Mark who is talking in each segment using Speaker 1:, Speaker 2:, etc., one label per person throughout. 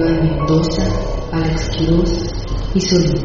Speaker 1: Mendoza, Alex Quiroz y Solís.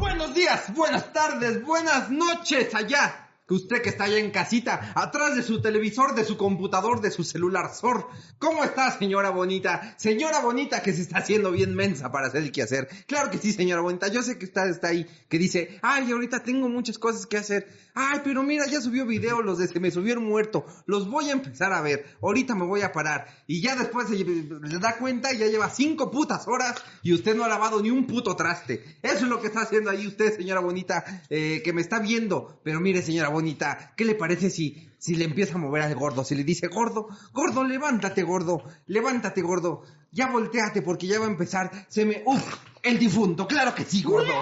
Speaker 2: Buenos días, buenas tardes, buenas noches allá. Que usted que está allá en casita, atrás de su televisor, de su computador, de su celular SOR. ¿Cómo está, señora bonita? Señora bonita que se está haciendo bien mensa para hacer el quehacer. Claro que sí, señora bonita. Yo sé que usted está ahí, que dice, ay, ahorita tengo muchas cosas que hacer. Ay, pero mira, ya subió video, los de se me subieron muerto. Los voy a empezar a ver. Ahorita me voy a parar. Y ya después se le da cuenta y ya lleva cinco putas horas y usted no ha lavado ni un puto traste. Eso es lo que está haciendo ahí usted, señora bonita, eh, que me está viendo. Pero mire, señora bonita, ¿qué le parece si, si le empieza a mover al gordo? Si le dice, gordo, gordo, levántate, gordo, levántate, gordo, ya volteate porque ya va a empezar, se me... ¡Uf! El difunto, claro que sí, gordo.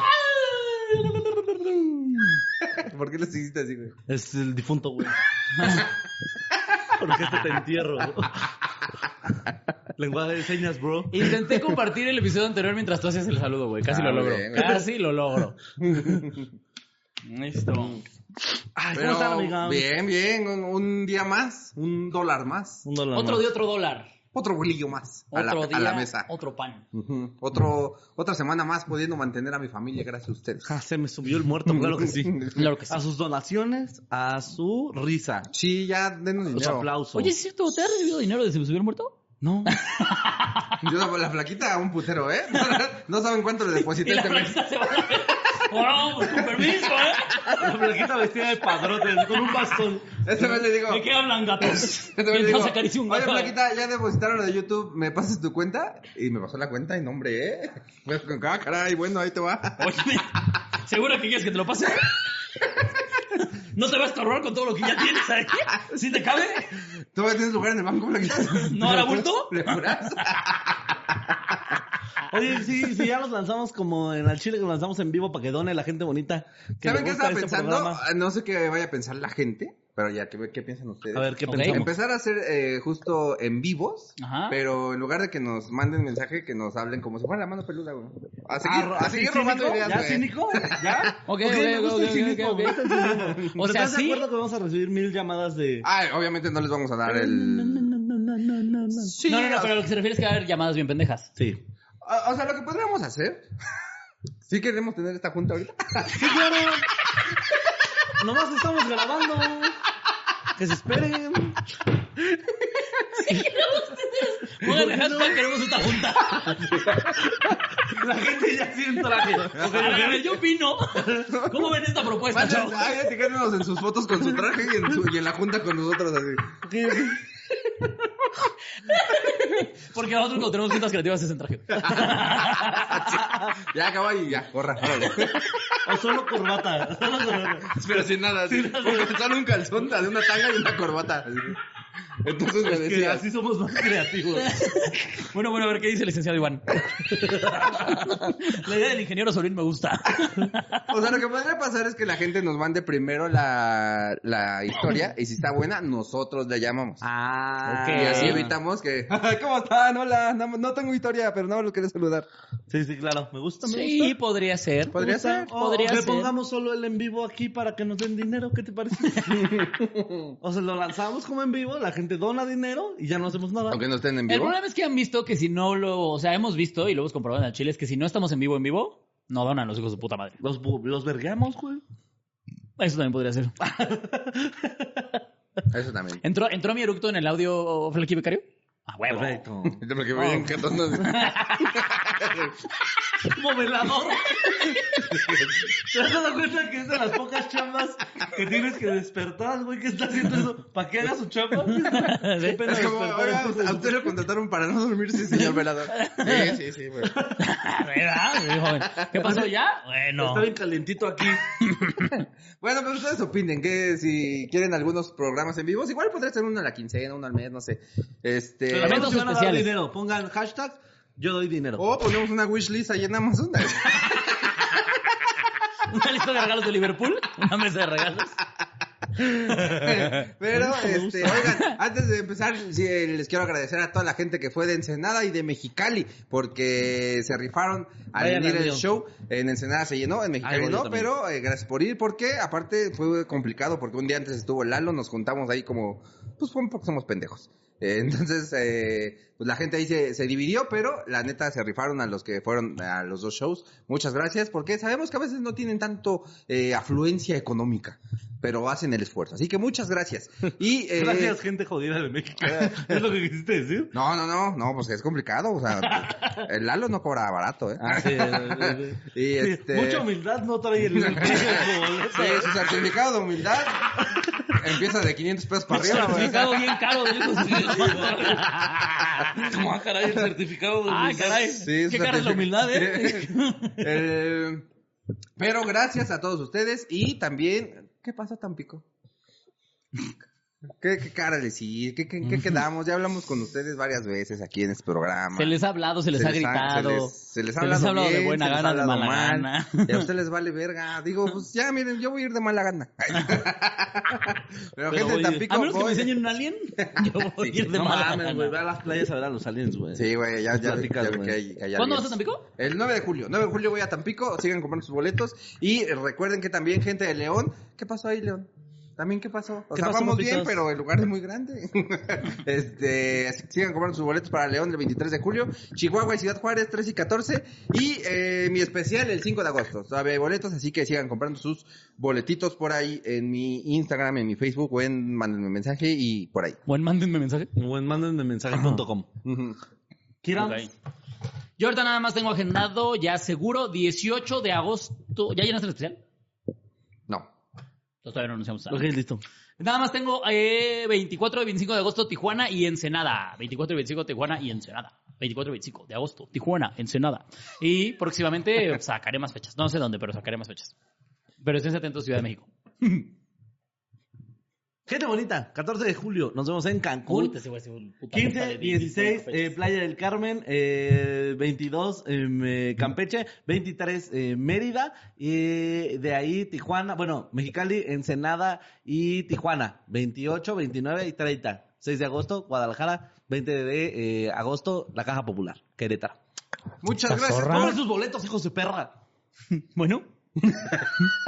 Speaker 2: ¿Por qué lo hiciste así, güey?
Speaker 3: Es el difunto, güey. ¿Por qué te, te entierro? güey? Lenguaje de señas, bro.
Speaker 4: Intenté compartir el episodio anterior mientras tú hacías el saludo, güey. Casi
Speaker 2: Ah,
Speaker 4: lo logro.
Speaker 2: bien, güey.
Speaker 4: Casi lo logro. Listo.
Speaker 3: Ay,
Speaker 2: Pero,
Speaker 3: ¿cómo están, amigos?
Speaker 2: bien, bien, un, un día más, un dólar más,
Speaker 3: Un dólar
Speaker 4: Otro
Speaker 3: más.
Speaker 4: día, otro dólar.
Speaker 2: otro bolillo más a la,
Speaker 4: Otro
Speaker 2: a
Speaker 4: día,
Speaker 2: la mesa.
Speaker 4: otro pan.
Speaker 2: Ujú. Otro, otra semana más pudiendo mantener a mi familia, gracias a ustedes.
Speaker 3: Ah, se me subió el muerto, claro que sí.
Speaker 4: Claro que sí.
Speaker 3: A sus donaciones, a su risa,
Speaker 2: Sí, ya denos
Speaker 3: a su
Speaker 2: dinero.
Speaker 3: aplauso.
Speaker 4: Oye, ¿es cierto? ¿Te has recibido dinero desde que subir muerto?
Speaker 3: no.
Speaker 2: Yo la, la flaquita, un putero, ¿eh? No saben cuánto le deposité
Speaker 4: Y la
Speaker 2: este mes.
Speaker 4: prensa se va a la verga. Bueno, pues con permiso, ¿eh?
Speaker 3: La flaquita vestida de padrote, con un bastón.
Speaker 2: Este mes le digo.
Speaker 4: ¿De qué hablan, gatos?
Speaker 2: este mes le digo,
Speaker 4: Mientras acaricia un
Speaker 2: Oye,
Speaker 4: gato.
Speaker 2: flaquita, ya depositaron lo de YouTube, ¿me pasas tu cuenta? Y me pasó la cuenta y nombre, ¿eh? Pues con cada caray, bueno, ahí te va.
Speaker 4: Oye, ¿seguro que quieres que te lo pase? ¿No te vas a estorbar con todo lo que ya tienes ahí? ¿Sí te cabe?
Speaker 2: ¿Todavía tienes lugar en el banco, flaquita?
Speaker 4: ¿No habrá bulto?
Speaker 2: ¿Le juras?
Speaker 3: Oye, sí, sí, ya los lanzamos como en el Chile, que los lanzamos en vivo para que done la gente bonita. que
Speaker 2: ¿Saben
Speaker 3: le
Speaker 2: qué
Speaker 3: gusta
Speaker 2: estaba
Speaker 3: este
Speaker 2: pensando?
Speaker 3: programa.
Speaker 2: No sé qué vaya a pensar la gente, pero ya, ¿qué, qué piensan ustedes?
Speaker 3: A ver, ¿qué
Speaker 4: Ok.
Speaker 3: pensamos?
Speaker 2: Empezar a hacer eh, justo en vivos,
Speaker 4: Ajá.
Speaker 2: pero en lugar de que nos manden mensaje, que nos hablen como si fuera la mano peluda, güey. A seguir,
Speaker 3: Ah,
Speaker 2: a seguir
Speaker 3: ¿sí,
Speaker 2: robando
Speaker 3: cínico?
Speaker 2: ideas,
Speaker 3: ¿Ya,
Speaker 2: güey.
Speaker 3: cínico? ¿Ya?
Speaker 4: Ok,
Speaker 3: me
Speaker 4: ok,
Speaker 3: gusta
Speaker 4: ok,
Speaker 3: el
Speaker 4: ok,
Speaker 3: cinismo,
Speaker 4: ok,
Speaker 3: me gusta el cinismo.
Speaker 4: O
Speaker 3: ¿Pero
Speaker 4: sea,
Speaker 3: ¿Estás
Speaker 4: sí.
Speaker 3: de acuerdo que vamos a recibir mil llamadas de...
Speaker 2: Ay, obviamente no les vamos a dar
Speaker 3: No, Ah, no,
Speaker 2: el...
Speaker 3: no, no, no, no, no.
Speaker 2: Sí,
Speaker 4: no, no,
Speaker 2: o-
Speaker 4: no, pero a lo que se refiere es que va a haber llamadas bien pendejas.
Speaker 3: Sí.
Speaker 2: o- o sea, lo que podríamos hacer... Sí queremos tener esta junta ahorita.
Speaker 3: Sí, claro. Nomás estamos grabando. Que se esperen.
Speaker 4: Pongan el hashtag, queremos esta junta.
Speaker 3: La gente ya siente traje. Ok,
Speaker 4: A ver, a ver, yo opino. ¿Cómo ven esta propuesta,
Speaker 2: Manden-
Speaker 4: chavos?
Speaker 2: Ay, etiquétenos en sus fotos con su traje y en, su- y en la junta con nosotros así.
Speaker 3: ok, ok.
Speaker 4: Porque nosotros cuando tenemos juntas creativas es en traje.
Speaker 2: Ya acaba y ya, corra. órale.
Speaker 3: O solo corbata. Solo corbata.
Speaker 2: Pero sin nada, así. Un, solo un calzón de una tanga y una corbata. así. Entonces me
Speaker 3: Es que
Speaker 2: decía,
Speaker 3: así somos más creativos.
Speaker 4: Bueno, bueno, a ver qué dice el licenciado Iván. La idea del ingeniero Solín me gusta.
Speaker 2: O sea, lo que podría pasar es que la gente nos mande primero la, la historia y si está buena, nosotros la llamamos.
Speaker 3: Ah,
Speaker 2: Y así evitamos que. "Ay, ¿Cómo están? Hola. No, no tengo historia, pero no los quería saludar.
Speaker 3: Sí, sí, claro. Me gusta, me gusta.
Speaker 4: Sí, podría ser.
Speaker 2: Podría ser.
Speaker 3: O
Speaker 4: Podría
Speaker 3: que
Speaker 4: ser.
Speaker 3: oh, pongamos solo el en vivo aquí para que nos den dinero, ¿qué te parece? o sea, lo lanzamos como en vivo, la gente dona dinero y ya no hacemos nada.
Speaker 2: Aunque no estén en
Speaker 4: El
Speaker 2: vivo.
Speaker 4: problema es que han visto que si no lo... O sea, hemos visto y lo hemos comprobado en el Chile es que si no estamos en vivo, en vivo, no donan los hijos de puta madre.
Speaker 3: Los, bu- los vergueamos, güey.
Speaker 4: Eso también podría ser.
Speaker 2: Eso también.
Speaker 4: ¿Entró, entró mi eructo en el audio Flaky Becario? A huevo.
Speaker 3: Perfecto.
Speaker 2: Porque me vienen cantando así.
Speaker 3: Como velador. ¿Te has dado cuenta que es de las pocas chambas que tienes que despertar, güey? ¿Qué está haciendo eso? ¿Para qué haga su chamba? Qué pena
Speaker 2: Es como,
Speaker 3: despertar
Speaker 2: oiga,
Speaker 3: después de
Speaker 2: a
Speaker 3: su-
Speaker 2: usted lo contrataron para no dormirse, señor velador. Sí, sí, sí. güey.
Speaker 4: Ah, ¿Verdad? Sí, joven. ¿Qué pasó ya? Bueno.
Speaker 3: Está bien calientito aquí.
Speaker 2: Bueno, pero ustedes opinen que si quieren algunos programas en vivos, igual podría ser uno a la quincena, uno al mes, no sé. Este.
Speaker 3: Pero
Speaker 4: eventos
Speaker 3: si van a dar
Speaker 4: especiales.
Speaker 3: dinero, pongan hashtag yo doy dinero.
Speaker 2: O ponemos una wishlist ahí en Amazon.
Speaker 4: Una lista de regalos de Liverpool. Una mesa de regalos.
Speaker 2: Pero, este, oigan, antes de empezar, sí, eh, les quiero agradecer a toda la gente que fue de Ensenada y de Mexicali, porque se rifaron al
Speaker 3: Vayan
Speaker 2: venir
Speaker 3: al
Speaker 2: el
Speaker 3: mío.
Speaker 2: show. En Ensenada se llenó, en Mexicali
Speaker 3: Ay,
Speaker 2: no,
Speaker 3: bueno, también.
Speaker 2: pero eh, gracias por ir, porque aparte fue complicado, porque un día antes estuvo Lalo, nos juntamos ahí como pues fue porque somos pendejos. Eh, entonces, eh, pues la gente ahí se, se dividió, pero la neta se rifaron a los que fueron a los dos shows. Muchas gracias, porque sabemos que a veces no tienen tanto eh, afluencia económica, pero hacen el esfuerzo. Así que muchas gracias. Y, eh,
Speaker 3: Gracias, gente jodida de México. ¿Es lo que quisiste decir?
Speaker 2: No, no, no, no, pues es complicado. O sea, el Lalo no cobra barato, ¿eh?
Speaker 3: eh,
Speaker 2: Y
Speaker 3: Ah, Sí,
Speaker 2: este-
Speaker 3: Mucha humildad no trae el, el pinche boleto.
Speaker 2: Sí, su certificado de humildad empieza de 500 pesos para arriba, güey.
Speaker 5: certificado bien caro de Como, ah, caray, el certificado. Ah, caray.
Speaker 2: Sí,
Speaker 5: Qué
Speaker 2: su
Speaker 5: cara es la
Speaker 2: certific-
Speaker 5: humildad, ¿eh?
Speaker 2: Eh, pero gracias a todos ustedes y también... ¿Qué pasa, Tampico? ¿Qué, qué cara decir? ¿Qué, qué, qué quedamos? Ya hablamos con ustedes varias veces aquí en este programa.
Speaker 4: Se les ha hablado, se les ha gritado.
Speaker 2: Se les, se les ha hablado, bien,
Speaker 4: de buena
Speaker 2: se les ha
Speaker 4: gana, de
Speaker 2: hablado
Speaker 4: mala
Speaker 2: mal.
Speaker 4: gana.
Speaker 2: Y a usted les vale verga. Digo, pues ya miren, yo voy a ir de mala gana. Pero,
Speaker 5: Pero,
Speaker 2: gente de
Speaker 5: oye,
Speaker 2: Tampico,
Speaker 5: a menos que me
Speaker 2: voy.
Speaker 5: enseñen un alien, yo voy
Speaker 2: Sí,
Speaker 5: a ir de
Speaker 3: no
Speaker 5: mala
Speaker 3: mames,
Speaker 5: gana.
Speaker 3: güey. Ve a las playas a ver a los aliens, güey.
Speaker 2: Sí, güey, ya, ya,
Speaker 3: Platicas,
Speaker 2: ya vi
Speaker 3: güey.
Speaker 2: que hay, que hay
Speaker 5: ¿Cuándo
Speaker 2: aliens.
Speaker 5: vas a Tampico?
Speaker 2: El 9 de julio. 9 de julio voy a Tampico, sigan comprando sus boletos. Y recuerden que también, gente de León, ¿qué pasó ahí, León? También, ¿qué pasó? O
Speaker 5: ¿Qué
Speaker 2: sea,
Speaker 5: pasó,
Speaker 2: vamos
Speaker 5: papitos?
Speaker 2: bien, pero el lugar es muy grande. este, sigan comprando sus boletos para León el 23 de julio, Chihuahua y Ciudad Juárez 3 y 14, y eh, mi especial el 5 de agosto. Todavía hay boletos, así que sigan comprando sus boletitos por ahí en mi Instagram, en mi Facebook, o en mándenme mensaje y por ahí.
Speaker 4: Bueno, mándenme mensaje.
Speaker 3: Buen, mándenme mensaje.com.
Speaker 2: Ujú.
Speaker 3: Kira,
Speaker 4: Ok. Yo ahorita nada más tengo agendado, ya seguro, 18 de agosto. ¿Ya llenaste el especial?
Speaker 2: No.
Speaker 4: Entonces todavía no anunciamos nada.
Speaker 3: ok, listo.
Speaker 4: Nada más tengo eh, 24 y 25 de agosto Tijuana y Ensenada. 24 y 25 Tijuana y Ensenada. 24 y 25 de agosto Tijuana, Ensenada. Y próximamente sacaré más fechas. No sé dónde, pero sacaré más fechas. Pero estén atentos Ciudad de México.
Speaker 3: Gente bonita, 14 de julio, nos vemos en Cancún.
Speaker 5: Puta, ese güey es un puta lista
Speaker 3: 15,
Speaker 5: de
Speaker 3: 16,
Speaker 5: 25
Speaker 3: eh,
Speaker 5: fechas.
Speaker 3: Playa del Carmen, eh, 22, em, eh, Campeche, 23, eh, Mérida, y de ahí Tijuana, bueno, Mexicali, Ensenada y Tijuana, 28, 29 y 30. 6 de agosto, Guadalajara, 20 de eh, agosto, La Caja Popular, Querétaro.
Speaker 2: Muchas
Speaker 4: Está
Speaker 2: gracias.
Speaker 4: zorra.
Speaker 3: ¡Compren sus boletos, hijos de perra!
Speaker 4: Bueno.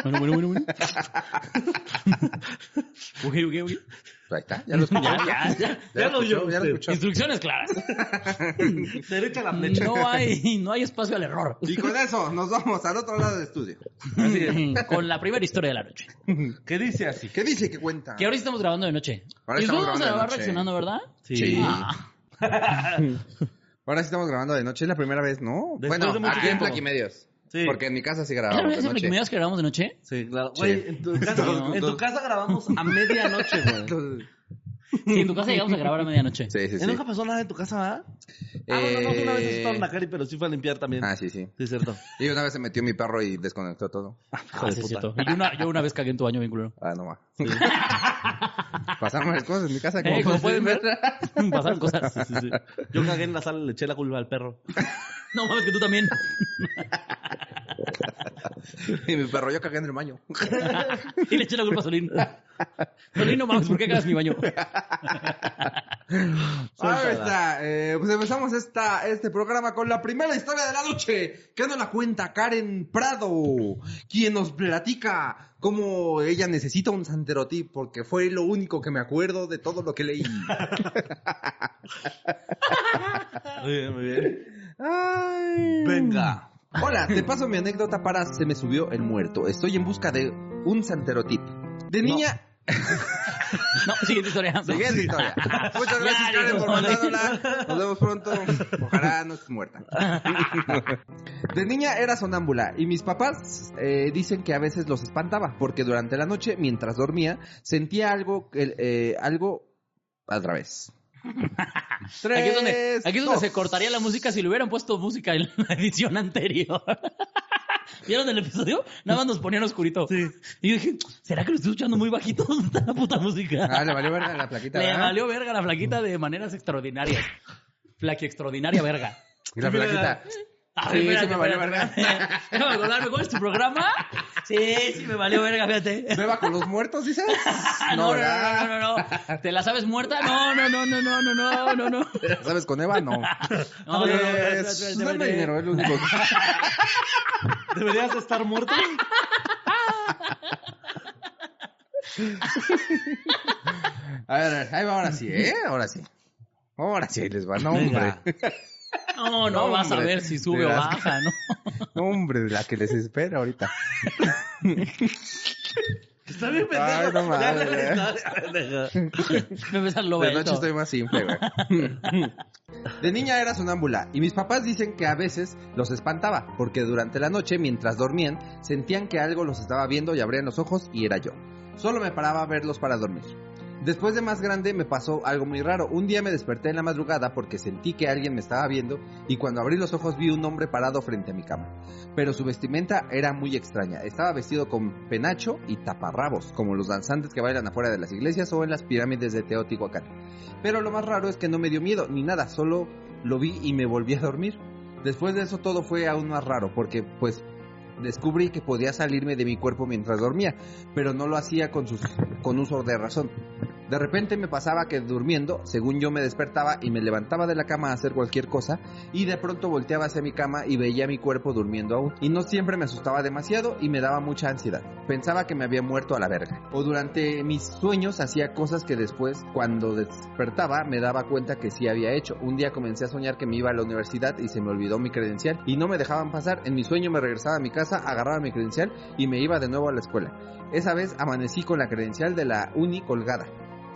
Speaker 4: bueno, bueno, bueno, bueno. ok, ok, ok.
Speaker 2: Ahí está, ya lo escuchó.
Speaker 4: Ya, ya, ya.
Speaker 3: Ya lo oyó
Speaker 2: escuchó, ya lo
Speaker 3: usted.
Speaker 2: escuchó.
Speaker 4: Instrucciones claras.
Speaker 3: Derecha a la flecha.
Speaker 4: No hay, no hay espacio al error.
Speaker 2: Y con eso nos vamos al otro lado del estudio.
Speaker 3: Así es.
Speaker 4: Con la primera historia de la noche.
Speaker 3: ¿Qué dice así?
Speaker 2: ¿Qué dice que cuenta?
Speaker 4: Que ahora estamos grabando de noche.
Speaker 2: Ah. Ahora
Speaker 4: y
Speaker 2: estamos
Speaker 4: luego vamos a
Speaker 2: grabando de
Speaker 4: grabar
Speaker 2: noche.
Speaker 4: reaccionando, ¿verdad?
Speaker 3: Sí.
Speaker 2: Sí.
Speaker 4: Ah,
Speaker 2: Ahora sí estamos grabando de noche, es la primera vez, ¿no?
Speaker 3: Después
Speaker 2: bueno,
Speaker 3: de mucho
Speaker 2: aquí en
Speaker 3: tiempo.
Speaker 2: Plaquimedios.
Speaker 3: Sí.
Speaker 2: Porque en mi casa sí
Speaker 4: ¿Es la
Speaker 2: grabamos de
Speaker 4: primera vez en
Speaker 2: noche.
Speaker 4: Plaquimedios que grabamos de noche?
Speaker 3: Sí, claro.
Speaker 2: Sí.
Speaker 3: Güey, en tu casa,
Speaker 2: Todos
Speaker 3: en tu
Speaker 2: juntos.
Speaker 3: casa grabamos a medianoche, güey.
Speaker 4: Sí, en tu casa llegamos a grabar a medianoche.
Speaker 2: Sí, sí,
Speaker 3: ¿Eh,
Speaker 2: sí.
Speaker 3: ¿Nunca pasó nada en tu casa, ¿verdad? Ah, bueno, no, una
Speaker 4: Eh,
Speaker 3: vez asustaron a Cari, pero sí fue a limpiar también.
Speaker 2: Ah, sí, sí.
Speaker 3: Sí, es cierto.
Speaker 2: Y una vez se metió mi perro y desconectó todo.
Speaker 4: Ah, sí, es cierto. Y yo una, yo una vez cagué en tu baño, bien culero.
Speaker 2: Ah, no va. Pasaron varias cosas en mi casa.
Speaker 4: Eh, como pueden ver, pasaron cosas.
Speaker 3: Sí, sí. Yo cagué en la sala y le eché la culpa al perro.
Speaker 4: No mames, que tú también.
Speaker 2: Y mi perro yo cagué en el baño.
Speaker 4: Y le eché la culpa a Solín. Solín, no mames, ¿por qué cagas mi baño?
Speaker 2: Ahí está. Eh, pues empezamos esta, este programa con la primera historia de la noche, que nos la cuenta Karen Prado, quien nos platica cómo ella necesita un santerotip, porque fue lo único que me acuerdo de todo lo que leí.
Speaker 3: Muy bien, muy bien.
Speaker 2: Ay.
Speaker 3: Venga.
Speaker 2: Hola, te paso mi anécdota para Se me subió el muerto. Estoy en busca de un santerotip. De niña...
Speaker 4: No, siguiente historia.
Speaker 2: Siguiente historia. Muchas gracias,
Speaker 4: Ya,
Speaker 2: Karen,
Speaker 4: ya,
Speaker 2: por
Speaker 4: ya.
Speaker 2: mandárnosla. Nos vemos pronto. Ojalá no estés muerta. De niña era sonámbula y mis papás eh, dicen que a veces los espantaba porque durante la noche, mientras dormía, sentía algo, el, eh, algo a través. Tres,
Speaker 4: Aquí es donde, aquí es donde
Speaker 2: dos.
Speaker 4: se cortaría la música si le hubieran puesto música en la edición anterior. ¿Vieron el episodio? Nada más nos ponían oscurito. Y yo dije, ¿será que lo estoy escuchando muy bajito? ¿Dónde está la puta música?
Speaker 2: Ah, le valió verga la plaquita.
Speaker 4: Le
Speaker 2: ¿verdad?
Speaker 4: valió verga la flaquita de maneras extraordinarias. Flaqui extraordinaria verga.
Speaker 2: Y la plaquita.
Speaker 4: A
Speaker 2: Sí, sí me valió verga.
Speaker 4: Déjame acordarme, ¿cuál es tu programa? Sí, sí me valió verga, fíjate.
Speaker 2: ¿Beba con los muertos, dices?
Speaker 4: Ah, No, no,
Speaker 2: ¿verdad?
Speaker 4: no, no, no, no. ¿Te la sabes muerta? No, no, no, no, no, no, no, no, no. No,
Speaker 2: ¿Sabes con Eva? No.
Speaker 3: Ah,
Speaker 4: no, no, no, espera,
Speaker 2: Pues,
Speaker 4: espera, espera,
Speaker 2: dame
Speaker 4: espera.
Speaker 2: dinero, es lo único que-
Speaker 3: ¿Deberías estar muerto?
Speaker 2: A ver, a ver, ahí va ahora sí, ¿eh? Ahora sí. Ahora sí, ahí les va. No, hombre.
Speaker 3: Venga.
Speaker 4: No, no,
Speaker 2: No,
Speaker 4: vas a
Speaker 2: hombre,
Speaker 4: ver si sube o
Speaker 2: verás.
Speaker 4: baja, ¿no?
Speaker 2: No, hombre, de la que les espera ahorita.
Speaker 3: Está bien
Speaker 2: Ay, no
Speaker 3: Ya
Speaker 2: mames,
Speaker 3: le-
Speaker 2: eh.
Speaker 3: dale,
Speaker 4: Me ves al
Speaker 2: De noche
Speaker 4: Roberto.
Speaker 2: estoy más simple, güey. De niña era sonámbula y mis papás dicen que a veces los espantaba porque durante la noche, mientras dormían, sentían que algo los estaba viendo y abrían los ojos y era yo. Solo me paraba a verlos para dormir. Después de más grande me pasó algo muy raro. Un día me desperté en la madrugada porque sentí que alguien me estaba viendo y cuando abrí los ojos vi un hombre parado frente a mi cama. Pero su vestimenta era muy extraña. Estaba vestido con penacho y taparrabos, como los danzantes que bailan afuera de las iglesias o en las pirámides de Teotihuacán. Pero lo más raro es que no me dio miedo ni nada, solo lo vi y me volví a dormir. Después de eso todo fue aún más raro porque pues descubrí que podía salirme de mi cuerpo mientras dormía, pero no lo hacía con, sus, con uso de razón. De repente me pasaba que durmiendo, según yo me despertaba y me levantaba de la cama a hacer cualquier cosa, y de pronto volteaba hacia mi cama y veía mi cuerpo durmiendo aún. Y no siempre me asustaba demasiado y me daba mucha ansiedad. Pensaba que me había muerto a la verga. O durante mis sueños hacía cosas que después, cuando despertaba, me daba cuenta que sí había hecho. Un día comencé a soñar que me iba a la universidad y se me olvidó mi credencial y no me dejaban pasar. En mi sueño me regresaba a mi casa, agarraba mi credencial y me iba de nuevo a la escuela. Esa vez amanecí con la credencial de la uni colgada.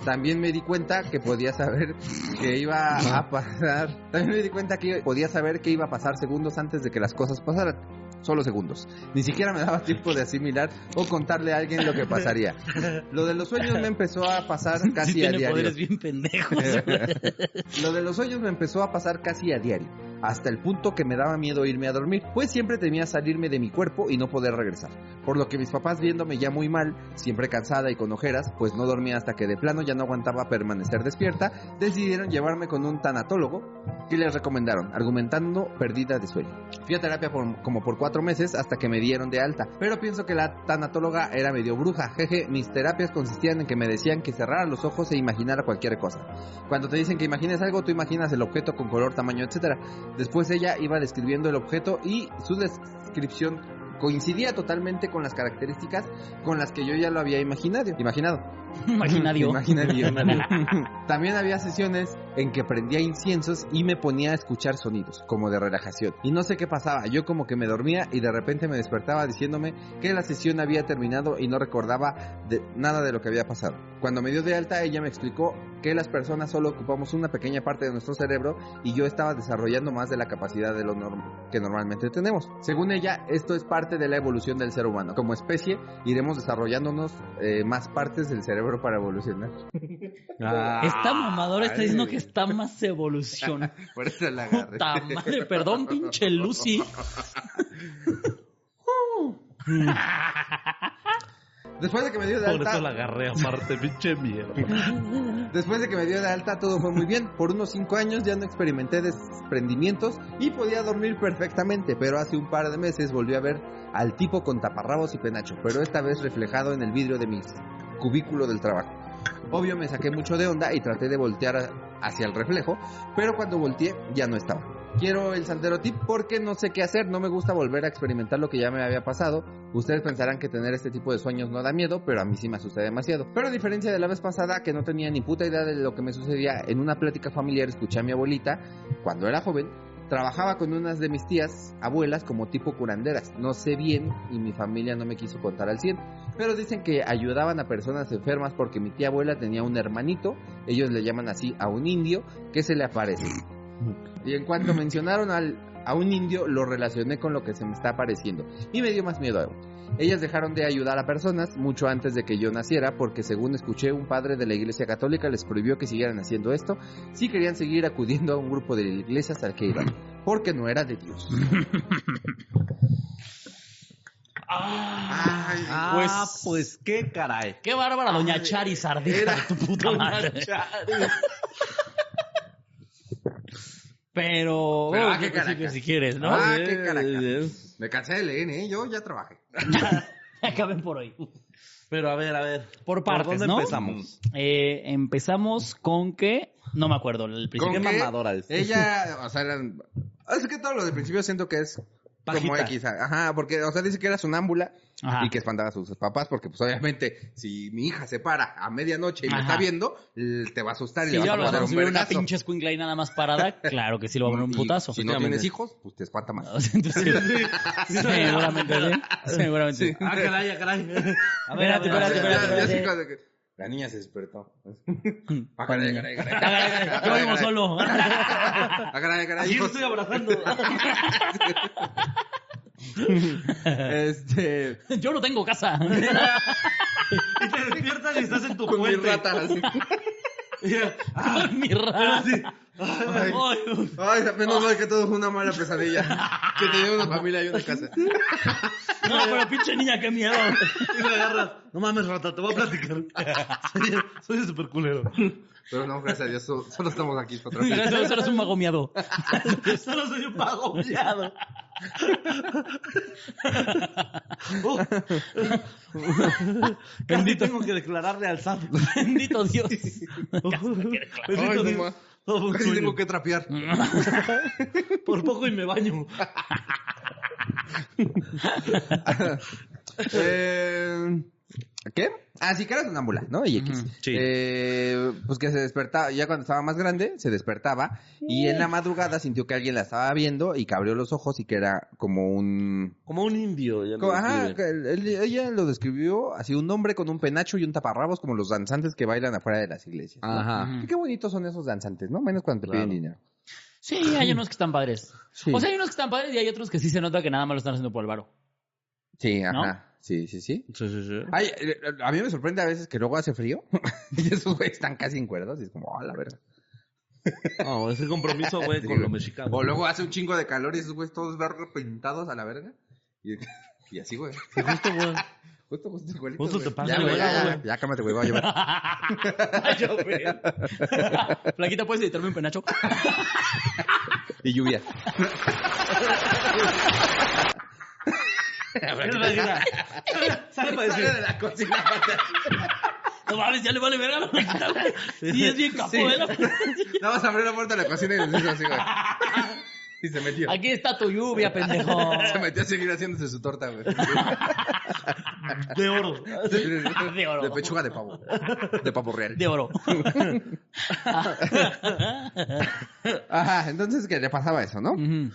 Speaker 2: También me di cuenta que podía saber que iba a pasar. También me di cuenta que podía saber que iba a pasar segundos antes de que las cosas pasaran. Solo segundos. Ni siquiera me daba tiempo de asimilar o contarle a alguien lo que pasaría. Lo de los sueños me empezó a pasar casi
Speaker 4: Sí
Speaker 2: a
Speaker 4: tiene
Speaker 2: diario.
Speaker 4: poderes bien pendejos.
Speaker 2: Lo de los sueños me empezó a pasar casi a diario, hasta el punto que me daba miedo irme a dormir, pues siempre temía salirme de mi cuerpo y no poder regresar. Por lo que mis papás viéndome ya muy mal, siempre cansada y con ojeras, pues no dormía hasta que de plano ya no aguantaba permanecer despierta, decidieron llevarme con un tanatólogo que les recomendaron, argumentando pérdida de sueño. Fui a terapia por- como por cuatro meses hasta que me dieron de alta, pero pienso que la tanatóloga era medio bruja, jeje, mis terapias consistían en que me decían que cerrara los ojos e imaginara cualquier cosa. Cuando te dicen que imagines algo, tú imaginas el objeto con color, tamaño, etcétera. Después ella iba describiendo el objeto y su descripción coincidía totalmente con las características con las que yo ya lo había imaginado. Imaginado.
Speaker 4: Imaginario.
Speaker 2: Imaginario. También había sesiones en que prendía inciensos y me ponía a escuchar sonidos, como de relajación. Y no sé qué pasaba, yo como que me dormía y de repente me despertaba diciéndome que la sesión había terminado y no recordaba de- nada de lo que había pasado. Cuando me dio de alta, ella me explicó que las personas solo ocupamos una pequeña parte de nuestro cerebro y yo estaba desarrollando más de la capacidad de lo norm- que normalmente tenemos. Según ella, esto es parte de la evolución del ser humano. Como especie, iremos desarrollándonos eh, más partes del cerebro para evolucionar.
Speaker 4: Esta mamadora está
Speaker 2: Ay,
Speaker 4: diciendo que está más evolución.
Speaker 2: Por eso la agarré.
Speaker 4: Puta madre, perdón, pinche Lucy.
Speaker 2: Después de que me dio de
Speaker 3: Por eso la
Speaker 2: alta,
Speaker 3: agarré aparte, pinche mierda.
Speaker 2: después de que me dio de alta todo fue muy bien. Por unos 5 años ya no experimenté desprendimientos y podía dormir perfectamente, pero hace un par de meses volví a ver al tipo con taparrabos y penacho, pero esta vez reflejado en el vidrio de mi cubículo del trabajo. Obvio me saqué mucho de onda y traté de voltear a- hacia el reflejo, pero cuando volteé ya no estaba. Quiero el santero tip porque no sé qué hacer, no me gusta volver a experimentar lo que ya me había pasado. Ustedes pensarán que tener este tipo de sueños no da miedo, pero a mí sí me asusta demasiado. Pero a diferencia de la vez pasada que no tenía ni puta idea de lo que me sucedía, en una plática familiar escuché a mi abuelita, cuando era joven, trabajaba con unas de mis tías, abuelas, como tipo curanderas. No sé bien y mi familia no me quiso contar al 100, pero dicen que ayudaban a personas enfermas porque mi tía abuela tenía un hermanito, ellos le llaman así a un indio, que se le aparece. Y en cuanto mencionaron al, a un indio, lo relacioné con lo que se me está apareciendo. Y me dio más miedo aún. Ellas dejaron de ayudar a personas mucho antes de que yo naciera porque según escuché un padre de la iglesia católica les prohibió que siguieran haciendo esto si querían seguir acudiendo a un grupo de iglesias al que iban. Porque no era de Dios. Ay,
Speaker 3: Pues, ah, pues qué caray.
Speaker 4: Qué bárbara, doña Charizard. Era tu puta madre. Pero,
Speaker 2: Pero,
Speaker 4: oh,
Speaker 2: ah,
Speaker 4: yo
Speaker 2: qué
Speaker 4: pensé que
Speaker 2: caracas.
Speaker 4: si quieres, ¿no?
Speaker 2: Ah, qué caracas. Me cansé de leer, ¿eh? Yo ya trabajé.
Speaker 4: Acaben Ah. por hoy.
Speaker 3: Pero a ver, a ver.
Speaker 4: Por partes,
Speaker 3: ¿Por dónde
Speaker 4: ¿no?
Speaker 3: empezamos?
Speaker 4: Eh, empezamos con que. No me acuerdo,
Speaker 2: ¿Con
Speaker 4: el principio.
Speaker 3: qué
Speaker 2: qué?
Speaker 3: mamadora es?
Speaker 2: ah, Ella, o sea, eran... Es que todo lo del principio siento que es Como
Speaker 4: Pajita.
Speaker 2: X, ajá, porque, o sea, dice que era sonámbula
Speaker 4: Ajá.
Speaker 2: y que espantaba a sus papás, porque, pues, obviamente, si mi hija se para a medianoche y me
Speaker 4: Ajá.
Speaker 2: está viendo, l- te va a asustar y
Speaker 4: Si
Speaker 2: le vas
Speaker 4: yo
Speaker 2: a
Speaker 4: lo
Speaker 2: poner un
Speaker 4: si hubiera una
Speaker 2: vergazo.
Speaker 4: pinche escuincla ahí nada más parada, claro que sí lo va a poner un
Speaker 2: Y
Speaker 4: putazo.
Speaker 2: Si no
Speaker 3: Efectivamente.
Speaker 2: tienes hijos, pues te espanta más.
Speaker 4: Entonces, sí, seguramente sí. Seguramente sí.
Speaker 3: Ah, caray, ah, caray. A ver, a
Speaker 4: Espérate,
Speaker 3: ver, a ver,
Speaker 4: espérate,
Speaker 3: a ver.
Speaker 4: espérate.
Speaker 2: Ya- ya sí, cuando que- La niña se despertó. Ah, caray, caray, caray.
Speaker 4: Ah, caray, caray,
Speaker 2: Ah,
Speaker 4: Yo
Speaker 2: caray,
Speaker 4: vivo
Speaker 2: caray.
Speaker 4: solo.
Speaker 2: Ah, caray, caray,
Speaker 5: Así lo
Speaker 2: hijos.
Speaker 5: estoy abrazando.
Speaker 3: Este,
Speaker 4: Yo no tengo casa.
Speaker 5: Y te despiertas y estás en tu
Speaker 2: Con mi
Speaker 5: puente.
Speaker 2: rata, así.
Speaker 5: Mira, Ah,
Speaker 4: Con mi rata.
Speaker 2: Ay.
Speaker 4: Ay, Dios.
Speaker 2: Ay, menos mal que todo fue una mala pesadilla. Que tenía una familia y una casa.
Speaker 4: No, pero pinche niña, qué miedo.
Speaker 5: y la agarras. No mames, rata, te voy a platicar. Soy, soy super culero.
Speaker 2: Pero no, gracias a Dios, so- solo estamos aquí para otra
Speaker 4: Gracias, eso eres un mago miado.
Speaker 5: Solo soy un pago fiado. Uh,
Speaker 3: casi tengo que declararle al SAT.
Speaker 4: Bendito Dios.
Speaker 5: bendito
Speaker 2: Ay,
Speaker 5: Dios.
Speaker 2: mamá.
Speaker 5: Todo un
Speaker 2: Casi
Speaker 5: sueño.
Speaker 2: tengo que trapear.
Speaker 5: Por poco y me baño.
Speaker 2: Eh, ¿Qué? Ah, sí, que era sonámbula, ¿no? Y X.
Speaker 3: sí.
Speaker 2: Eh, pues que se despertaba, ya cuando estaba más grande, se despertaba y en la madrugada sintió que alguien la estaba viendo y que abrió los ojos y que era como un...
Speaker 3: Como un indio. ya lo
Speaker 2: co- Ajá,
Speaker 3: describen.
Speaker 2: que el- el- ella lo describió así, un hombre con un penacho y un taparrabos como los danzantes que bailan afuera de las iglesias. ¿no?
Speaker 3: Ajá.
Speaker 2: Y Qué bonitos son esos danzantes, ¿no? Menos cuando te
Speaker 3: Claro.
Speaker 2: piden dinero.
Speaker 4: Sí, hay unos que están padres.
Speaker 2: Sí.
Speaker 4: O sea, hay unos que están padres y hay otros que sí se nota que nada más lo están haciendo por el varo.
Speaker 2: Sí,
Speaker 4: ¿No?
Speaker 2: ajá. Sí, sí, sí.
Speaker 3: Sí, sí, sí.
Speaker 2: Ay, eh, a mí me sorprende a veces que luego hace frío y esos güeyes están casi en cuerdas y es como, oh, la verdad.
Speaker 3: No, ese compromiso, güey, con los mexicanos.
Speaker 2: O luego hace un chingo de calor y esos güeyes todos verdes pintados a la verga. Y, y así, güey.
Speaker 3: Justo, güey.
Speaker 2: Justo, justo igualito.
Speaker 3: Justo te
Speaker 2: güey.
Speaker 3: pasa,
Speaker 2: Ya, güey,
Speaker 3: güey,
Speaker 2: ya,
Speaker 3: güey.
Speaker 2: ya, ya, cálmate, güey, va a llover.
Speaker 4: Ay, yo, güey. Flaquita, ¿puedes editarme un penacho?
Speaker 2: Y lluvia.
Speaker 5: Sale para decir.
Speaker 2: de la cocina.
Speaker 4: No mames, ya le vale verga a la flaquita, güey. Sí, es bien capo,
Speaker 2: Sí.
Speaker 4: ¿eh? ¿verdad?
Speaker 2: Nada más abrió la puerta de la cocina y les hizo así, güey. Y se metió.
Speaker 4: Aquí está tu lluvia, pendejo.
Speaker 2: Se metió a seguir haciéndose su torta, güey.
Speaker 5: De oro.
Speaker 2: De
Speaker 4: oro.
Speaker 2: De pechuga de pavo. De pavo real.
Speaker 4: De oro.
Speaker 2: Ajá, Ah, entonces que le pasaba eso, ¿no?
Speaker 4: Ujú.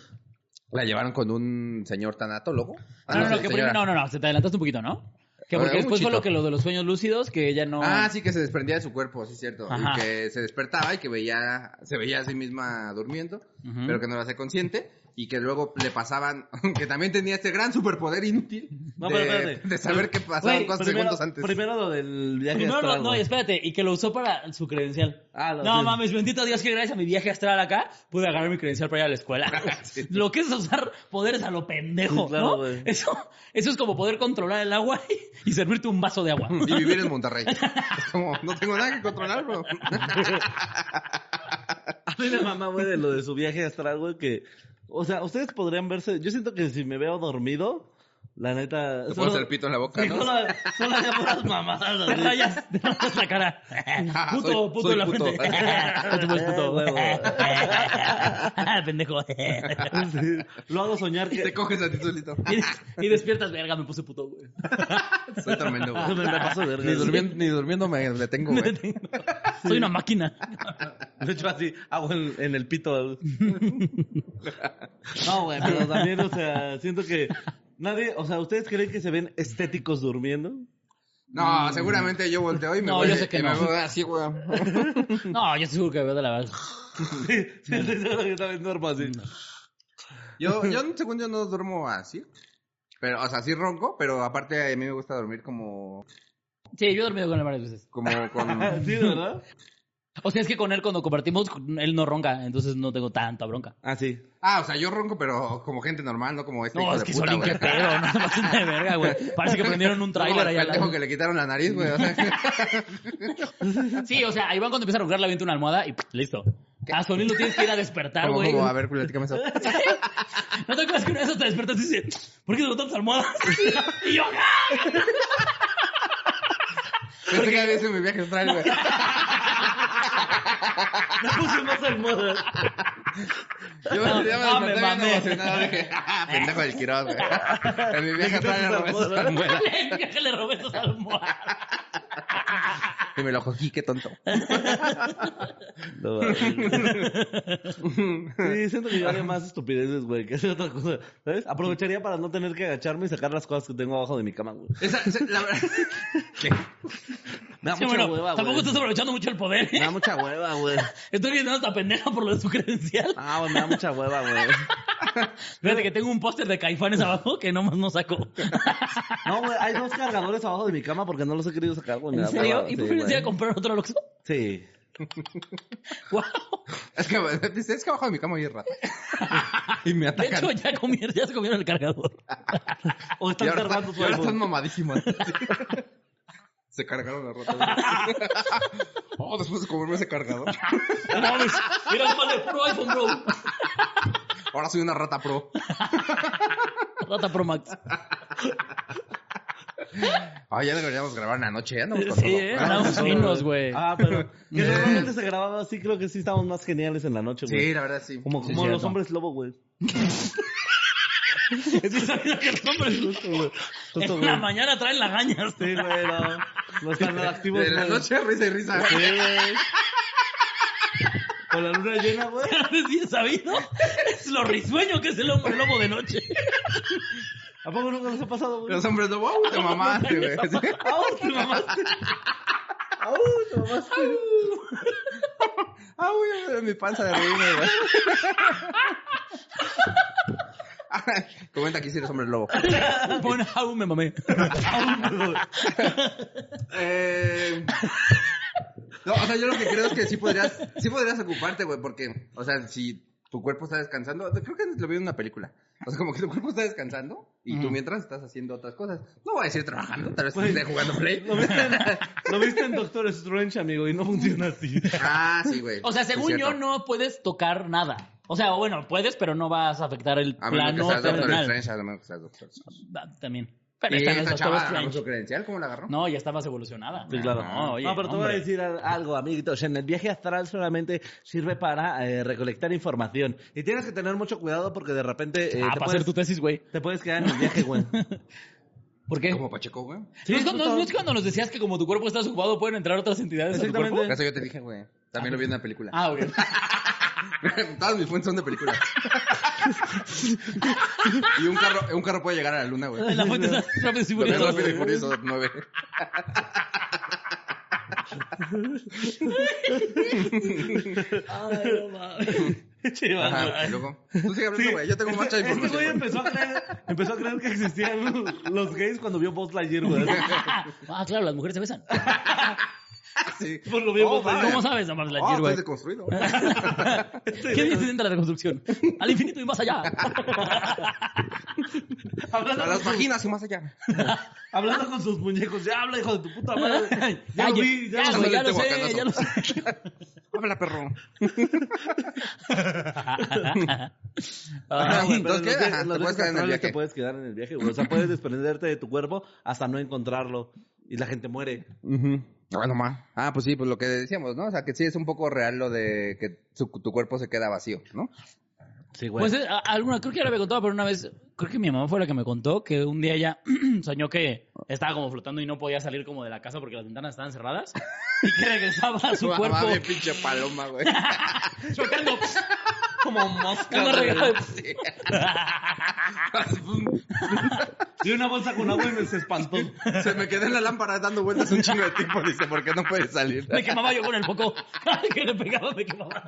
Speaker 2: La llevaron con un señor tanatólogo.
Speaker 4: Ah, No, no, no, que
Speaker 2: señora.
Speaker 4: primero, no, no, no, se te adelantaste un poquito, ¿no? Que
Speaker 2: A ver,
Speaker 4: porque
Speaker 2: un
Speaker 4: después fue
Speaker 2: chito.
Speaker 4: lo que lo de los sueños lúcidos, que ya no.
Speaker 2: Ah, sí, que se desprendía de su cuerpo, sí, cierto.
Speaker 4: Ajá.
Speaker 2: Y que se despertaba y que veía, se veía a sí misma durmiendo,
Speaker 4: Ujú.
Speaker 2: pero que no era hacía consciente. Y que luego le pasaban, que también tenía este gran superpoder inútil
Speaker 3: No,
Speaker 2: de,
Speaker 3: pero espérate.
Speaker 2: de saber qué pasaba
Speaker 4: güey,
Speaker 2: cosas
Speaker 3: Primero-
Speaker 2: segundos antes.
Speaker 3: Primero lo del viaje
Speaker 4: Primero lo-
Speaker 3: astral,
Speaker 4: no,
Speaker 3: güey.
Speaker 4: y espérate, y que lo usó para su credencial.
Speaker 3: Ah, lo-
Speaker 4: no
Speaker 3: sí.
Speaker 4: mames, bendito Dios que gracias a mi viaje astral acá pude agarrar mi credencial para ir a la escuela.
Speaker 2: Sí.
Speaker 4: Lo que es usar poderes a lo pendejo,
Speaker 3: Sí, claro,
Speaker 4: ¿no?
Speaker 3: güey.
Speaker 4: Eso, eso es como poder controlar el agua y, y servirte un vaso de agua.
Speaker 2: Y vivir en Monterrey. Es como, no tengo nada que controlar, bro.
Speaker 3: A mí me mamá, güey, de lo de su viaje astral, güey, que... O sea, ustedes podrían verse... Yo siento que si me veo dormido, la neta...
Speaker 2: Te puedo hacer pito en la boca,
Speaker 3: Sí,
Speaker 2: ¿no?
Speaker 3: solo, solo haría puras mamadas,
Speaker 4: Te
Speaker 3: güey.
Speaker 4: rayas, te rayas la cara.
Speaker 2: Ah,
Speaker 4: Puto,
Speaker 2: soy-
Speaker 4: puto
Speaker 2: soy
Speaker 4: en la
Speaker 2: puto.
Speaker 4: frente. Ah, tú eres puto.
Speaker 3: Eh, huevo.
Speaker 4: Ah, pendejo.
Speaker 3: Sí, Lo hago soñar
Speaker 2: Y
Speaker 3: que...
Speaker 2: te coges a ti solito.
Speaker 4: Y des- Y despiertas, verga, me puse puto, güey.
Speaker 2: Soy tremendo, güey.
Speaker 3: Me la paso verga.
Speaker 2: Ni, durmiendo, ni durmiendo me detengo, güey.
Speaker 4: Soy una máquina.
Speaker 3: De hecho, así hago en, en el pito. No, güey, pero también, o sea, siento que nadie, o sea, ¿ustedes creen que se ven estéticos durmiendo?
Speaker 2: No, seguramente yo volteo y me
Speaker 4: No,
Speaker 2: voy
Speaker 4: yo sé que
Speaker 2: y
Speaker 4: no.
Speaker 2: me voy así, güey.
Speaker 4: No, yo estoy seguro que veo de la verga.
Speaker 3: Sí, sí, sí, seguro que también duermo así.
Speaker 2: Yo, yo según yo no duermo así. Pero, o sea, sí ronco, pero aparte a mí me gusta dormir como,
Speaker 4: Sí, yo he dormido con él varias veces.
Speaker 2: como con...
Speaker 3: Ah, Sí, ¿verdad?
Speaker 4: O sea, es que con él cuando compartimos, él no ronca, entonces no tengo tanta bronca.
Speaker 3: Ah, sí.
Speaker 2: Ah, o sea, yo ronco, pero como gente normal, no como este
Speaker 4: No,
Speaker 2: hijo
Speaker 4: es
Speaker 2: de
Speaker 4: que
Speaker 2: puta,
Speaker 4: Solín,
Speaker 2: güey.
Speaker 4: qué pedo, no se pasen de verga, güey. Parece que prendieron un
Speaker 2: No, el
Speaker 4: tráiler allá. al
Speaker 2: pendejo
Speaker 4: lado.
Speaker 2: que le quitaron la nariz, güey. O sea,
Speaker 4: Sí, o sea, ahí van cuando empieza a roncar, le avienta una almohada y pff, listo. A Solín lo tienes que ir a despertar,
Speaker 2: como,
Speaker 4: güey.
Speaker 2: como, a ver, platícame eso.
Speaker 4: ¿No te acuerdas que una vez te despertas y dices, ¿por qué son tantas almohadas? y yo, ¡ah!
Speaker 2: Pensé que había sido mi viaje astral, güey.
Speaker 5: Me puse más almohadas.
Speaker 2: Yo
Speaker 4: No,
Speaker 2: ya me
Speaker 4: no, me
Speaker 2: desperté bien
Speaker 4: mamé.
Speaker 2: emocionado. Dije, "Ah, pendejo del Quiroz, güey. A mi vieja
Speaker 3: quitas
Speaker 2: trae
Speaker 3: tus
Speaker 2: Roberto
Speaker 3: almohadas.
Speaker 2: Samuel.
Speaker 4: Ya que le robé esas almohadas.
Speaker 2: Y me lo cogí, qué tonto.
Speaker 3: No, sí, siento que yo haría más estupideces, güey, que hacer otra cosa. ¿Sabes? Aprovecharía para no tener que agacharme y sacar las cosas que tengo abajo de mi cama, güey.
Speaker 2: Esa, esa- la verdad. ¿Qué?
Speaker 3: Me da
Speaker 4: Sí,
Speaker 3: mucha
Speaker 4: bueno,
Speaker 3: hueva,
Speaker 4: tampoco
Speaker 3: güey.
Speaker 4: estás aprovechando mucho el poder.
Speaker 3: Me da mucha hueva, güey.
Speaker 4: Estoy viendo a esta pendeja por lo de su credencial.
Speaker 3: Ah, güey, me da mucha hueva, güey.
Speaker 4: Fíjate que tengo un póster de caifanes abajo que nomás no saco.
Speaker 3: No, güey, hay dos cargadores abajo de mi cama porque no los he querido sacar, güey. me
Speaker 4: ¿En
Speaker 3: da
Speaker 4: serio?
Speaker 3: hueva,
Speaker 4: ¿Y
Speaker 3: sí,
Speaker 4: por qué no
Speaker 3: güey.
Speaker 4: a comprar otro Loxo?
Speaker 3: Sí.
Speaker 4: ¡Wow!
Speaker 2: Es que, es que abajo de mi cama hay rata. Y me
Speaker 4: De
Speaker 2: atacan.
Speaker 4: hecho, ya, comieron, ya se comieron el cargador.
Speaker 3: O
Speaker 2: y
Speaker 3: están
Speaker 2: ahora,
Speaker 3: cargando
Speaker 2: están, y
Speaker 3: tu
Speaker 2: ahora están
Speaker 3: iPhone.
Speaker 2: mamadísimos. Se cargaron la rata. Oh, después de comerme ese cargador.
Speaker 5: No mames. Mira, es más de puro iPhone, bro.
Speaker 2: Ahora soy una rata pro.
Speaker 4: Rata Pro Max.
Speaker 2: Ah, ya deberíamos grabar una noche, ya andamos con
Speaker 4: Sí,
Speaker 2: todo.
Speaker 4: ¿eh?
Speaker 2: Ah,
Speaker 4: Andamos finos, güey.
Speaker 3: Ah, pero que normalmente se grababa así, creo que sí estamos más geniales en la noche, güey.
Speaker 2: Sí, la verdad, sí.
Speaker 3: Como,
Speaker 4: Sí,
Speaker 3: como los
Speaker 4: cierto.
Speaker 3: hombres lobo, güey.
Speaker 4: Es que sabía que el hombre es
Speaker 3: Justo, güey. Justo,
Speaker 4: En la
Speaker 3: güey.
Speaker 4: mañana traen lagañas.
Speaker 3: Sí, güey, no. No están nada activos,
Speaker 2: De la
Speaker 3: güey.
Speaker 2: noche, risa y risa.
Speaker 3: Sí, güey. Con la luna llena, güey.
Speaker 4: Antes bien sabido. Es lo risueño que es el hombre lobo de noche.
Speaker 3: ¿A poco nunca nos ha pasado, güey?
Speaker 2: Los hombres no, wow, te mamaste, güey.
Speaker 3: ¡Au, te mamaste! ¡Au, te mamaste!
Speaker 2: Ah, güey, mi panza de ruina, güey. Ay, Comenta aquí si eres hombre lobo.
Speaker 4: Pon aún me mamé.
Speaker 2: Eh... No, o sea, yo lo que creo es que sí podrías, sí podrías ocuparte, güey, porque, o sea, si tu cuerpo está descansando, creo que lo vi en una película. O sea, como que tu cuerpo está descansando y tú mientras estás haciendo otras cosas. No voy a decir trabajando, tal vez
Speaker 3: Güey.
Speaker 2: esté jugando play.
Speaker 3: Lo viste, en, lo viste en Doctor Strange, amigo, y no funciona así.
Speaker 2: Ah, sí, güey.
Speaker 4: O sea,
Speaker 2: Sí,
Speaker 4: según
Speaker 2: cierto.
Speaker 4: yo, no puedes tocar nada. O sea, bueno, puedes, pero no vas a afectar el
Speaker 2: A menos que
Speaker 4: plano
Speaker 2: seas Doctor
Speaker 4: terrenal.
Speaker 2: Strange, a menos que seas Doctor Strange.
Speaker 4: Ah, También.
Speaker 2: Y
Speaker 4: Pero esta no es
Speaker 2: esta
Speaker 4: Doctor
Speaker 2: chava agarró
Speaker 4: Strange.
Speaker 2: su credencial, ¿cómo la agarró?
Speaker 4: No, ya está más evolucionada.
Speaker 3: Sí, claro.
Speaker 4: No, oye,
Speaker 3: No, pero te voy a
Speaker 4: hombre.
Speaker 3: decir al- algo, amiguitos. En el viaje astral solamente sirve para eh, recolectar información. Y tienes que tener mucho cuidado porque de repente eh,
Speaker 4: Ah,
Speaker 3: te,
Speaker 4: para
Speaker 3: puedes,
Speaker 4: hacer tu tesis, güey.
Speaker 3: te puedes quedar en el viaje, güey.
Speaker 4: ¿Por qué?
Speaker 2: Como Pacheco, güey.
Speaker 4: ¿No, es
Speaker 3: Sí,
Speaker 4: cuando,
Speaker 3: justo.
Speaker 4: no es cuando nos decías que como tu cuerpo está ocupado pueden entrar otras entidades a tu
Speaker 3: Exactamente.
Speaker 4: cuerpo?
Speaker 2: Eso yo te dije, güey. También lo vi en una película.
Speaker 4: Ah, ok.
Speaker 3: Ah.
Speaker 2: Todas mis fuentes son de películas. y un carro, un carro puede llegar a la luna, güey.
Speaker 4: La fuente está rápido y
Speaker 2: También
Speaker 4: furioso.
Speaker 2: rápido y furioso nueve.
Speaker 4: Ay, no mames.
Speaker 3: Sí, va.
Speaker 2: Ajá, y luego. Tú sigue hablando, güey. Yo tengo marcha de
Speaker 3: Este güey
Speaker 2: información.
Speaker 3: empezó a, creer, empezó a creer que existían los gays cuando vio Buzz Lightyear, güey.
Speaker 4: Ah, claro, las mujeres se besan.
Speaker 2: Sí.
Speaker 3: Por lo mismo,
Speaker 2: Oh,
Speaker 3: pues,
Speaker 2: vale.
Speaker 4: ¿Cómo sabes, Amar
Speaker 2: Oh,
Speaker 4: Lightyear,
Speaker 2: estoy
Speaker 4: güey?
Speaker 2: deconstruido.
Speaker 4: ¿Qué dices dentro de la construcción? Al infinito y más allá.
Speaker 2: A
Speaker 3: Hablando,
Speaker 2: las vaginas y más allá.
Speaker 3: hablando con sus muñecos. Ya habla, hijo de tu puta madre. Ya
Speaker 4: Ay,
Speaker 3: lo vi, ya
Speaker 4: ya,
Speaker 3: lo
Speaker 4: güey,
Speaker 2: vi,
Speaker 4: ya lo
Speaker 2: este
Speaker 4: sé, ya lo sé.
Speaker 2: Habla, perro.
Speaker 4: Ah,
Speaker 3: Ah,
Speaker 2: Ajá, güey, entonces,
Speaker 3: Pero
Speaker 2: ¿qué?
Speaker 3: en los
Speaker 2: Ajá, te puedes quedar en el
Speaker 3: viajes- los viajes astrales
Speaker 2: viaje.
Speaker 3: te puedes quedar en el viaje, güey. O sea, puedes desprenderte de tu cuerpo hasta no encontrarlo. Y la gente muere.
Speaker 2: Bueno, ma. Ah, pues sí, pues lo que decíamos, ¿no? O sea, que sí es un poco real lo de que su- tu cuerpo se queda vacío, ¿no?
Speaker 3: Sí, güey.
Speaker 4: Pues eh, a- alguna, creo que ya lo había contado, pero una vez, creo que mi mamá fue la que me contó que un día ella soñó que estaba como flotando y no podía salir como de la casa porque las ventanas estaban cerradas y que regresaba a su
Speaker 2: Mamá
Speaker 4: cuerpo
Speaker 2: de Ah, pinche paloma, güey.
Speaker 4: chocando
Speaker 3: como mosca.
Speaker 4: Una
Speaker 3: güey.
Speaker 4: regada de-
Speaker 3: Y una bolsa con agua y me se espantó.
Speaker 2: Se me quedó en la lámpara dando vueltas un chingo de tiempo. Dice, ¿por qué no puede salir?
Speaker 4: Me quemaba yo con el foco. que le pegaba, me quemaba.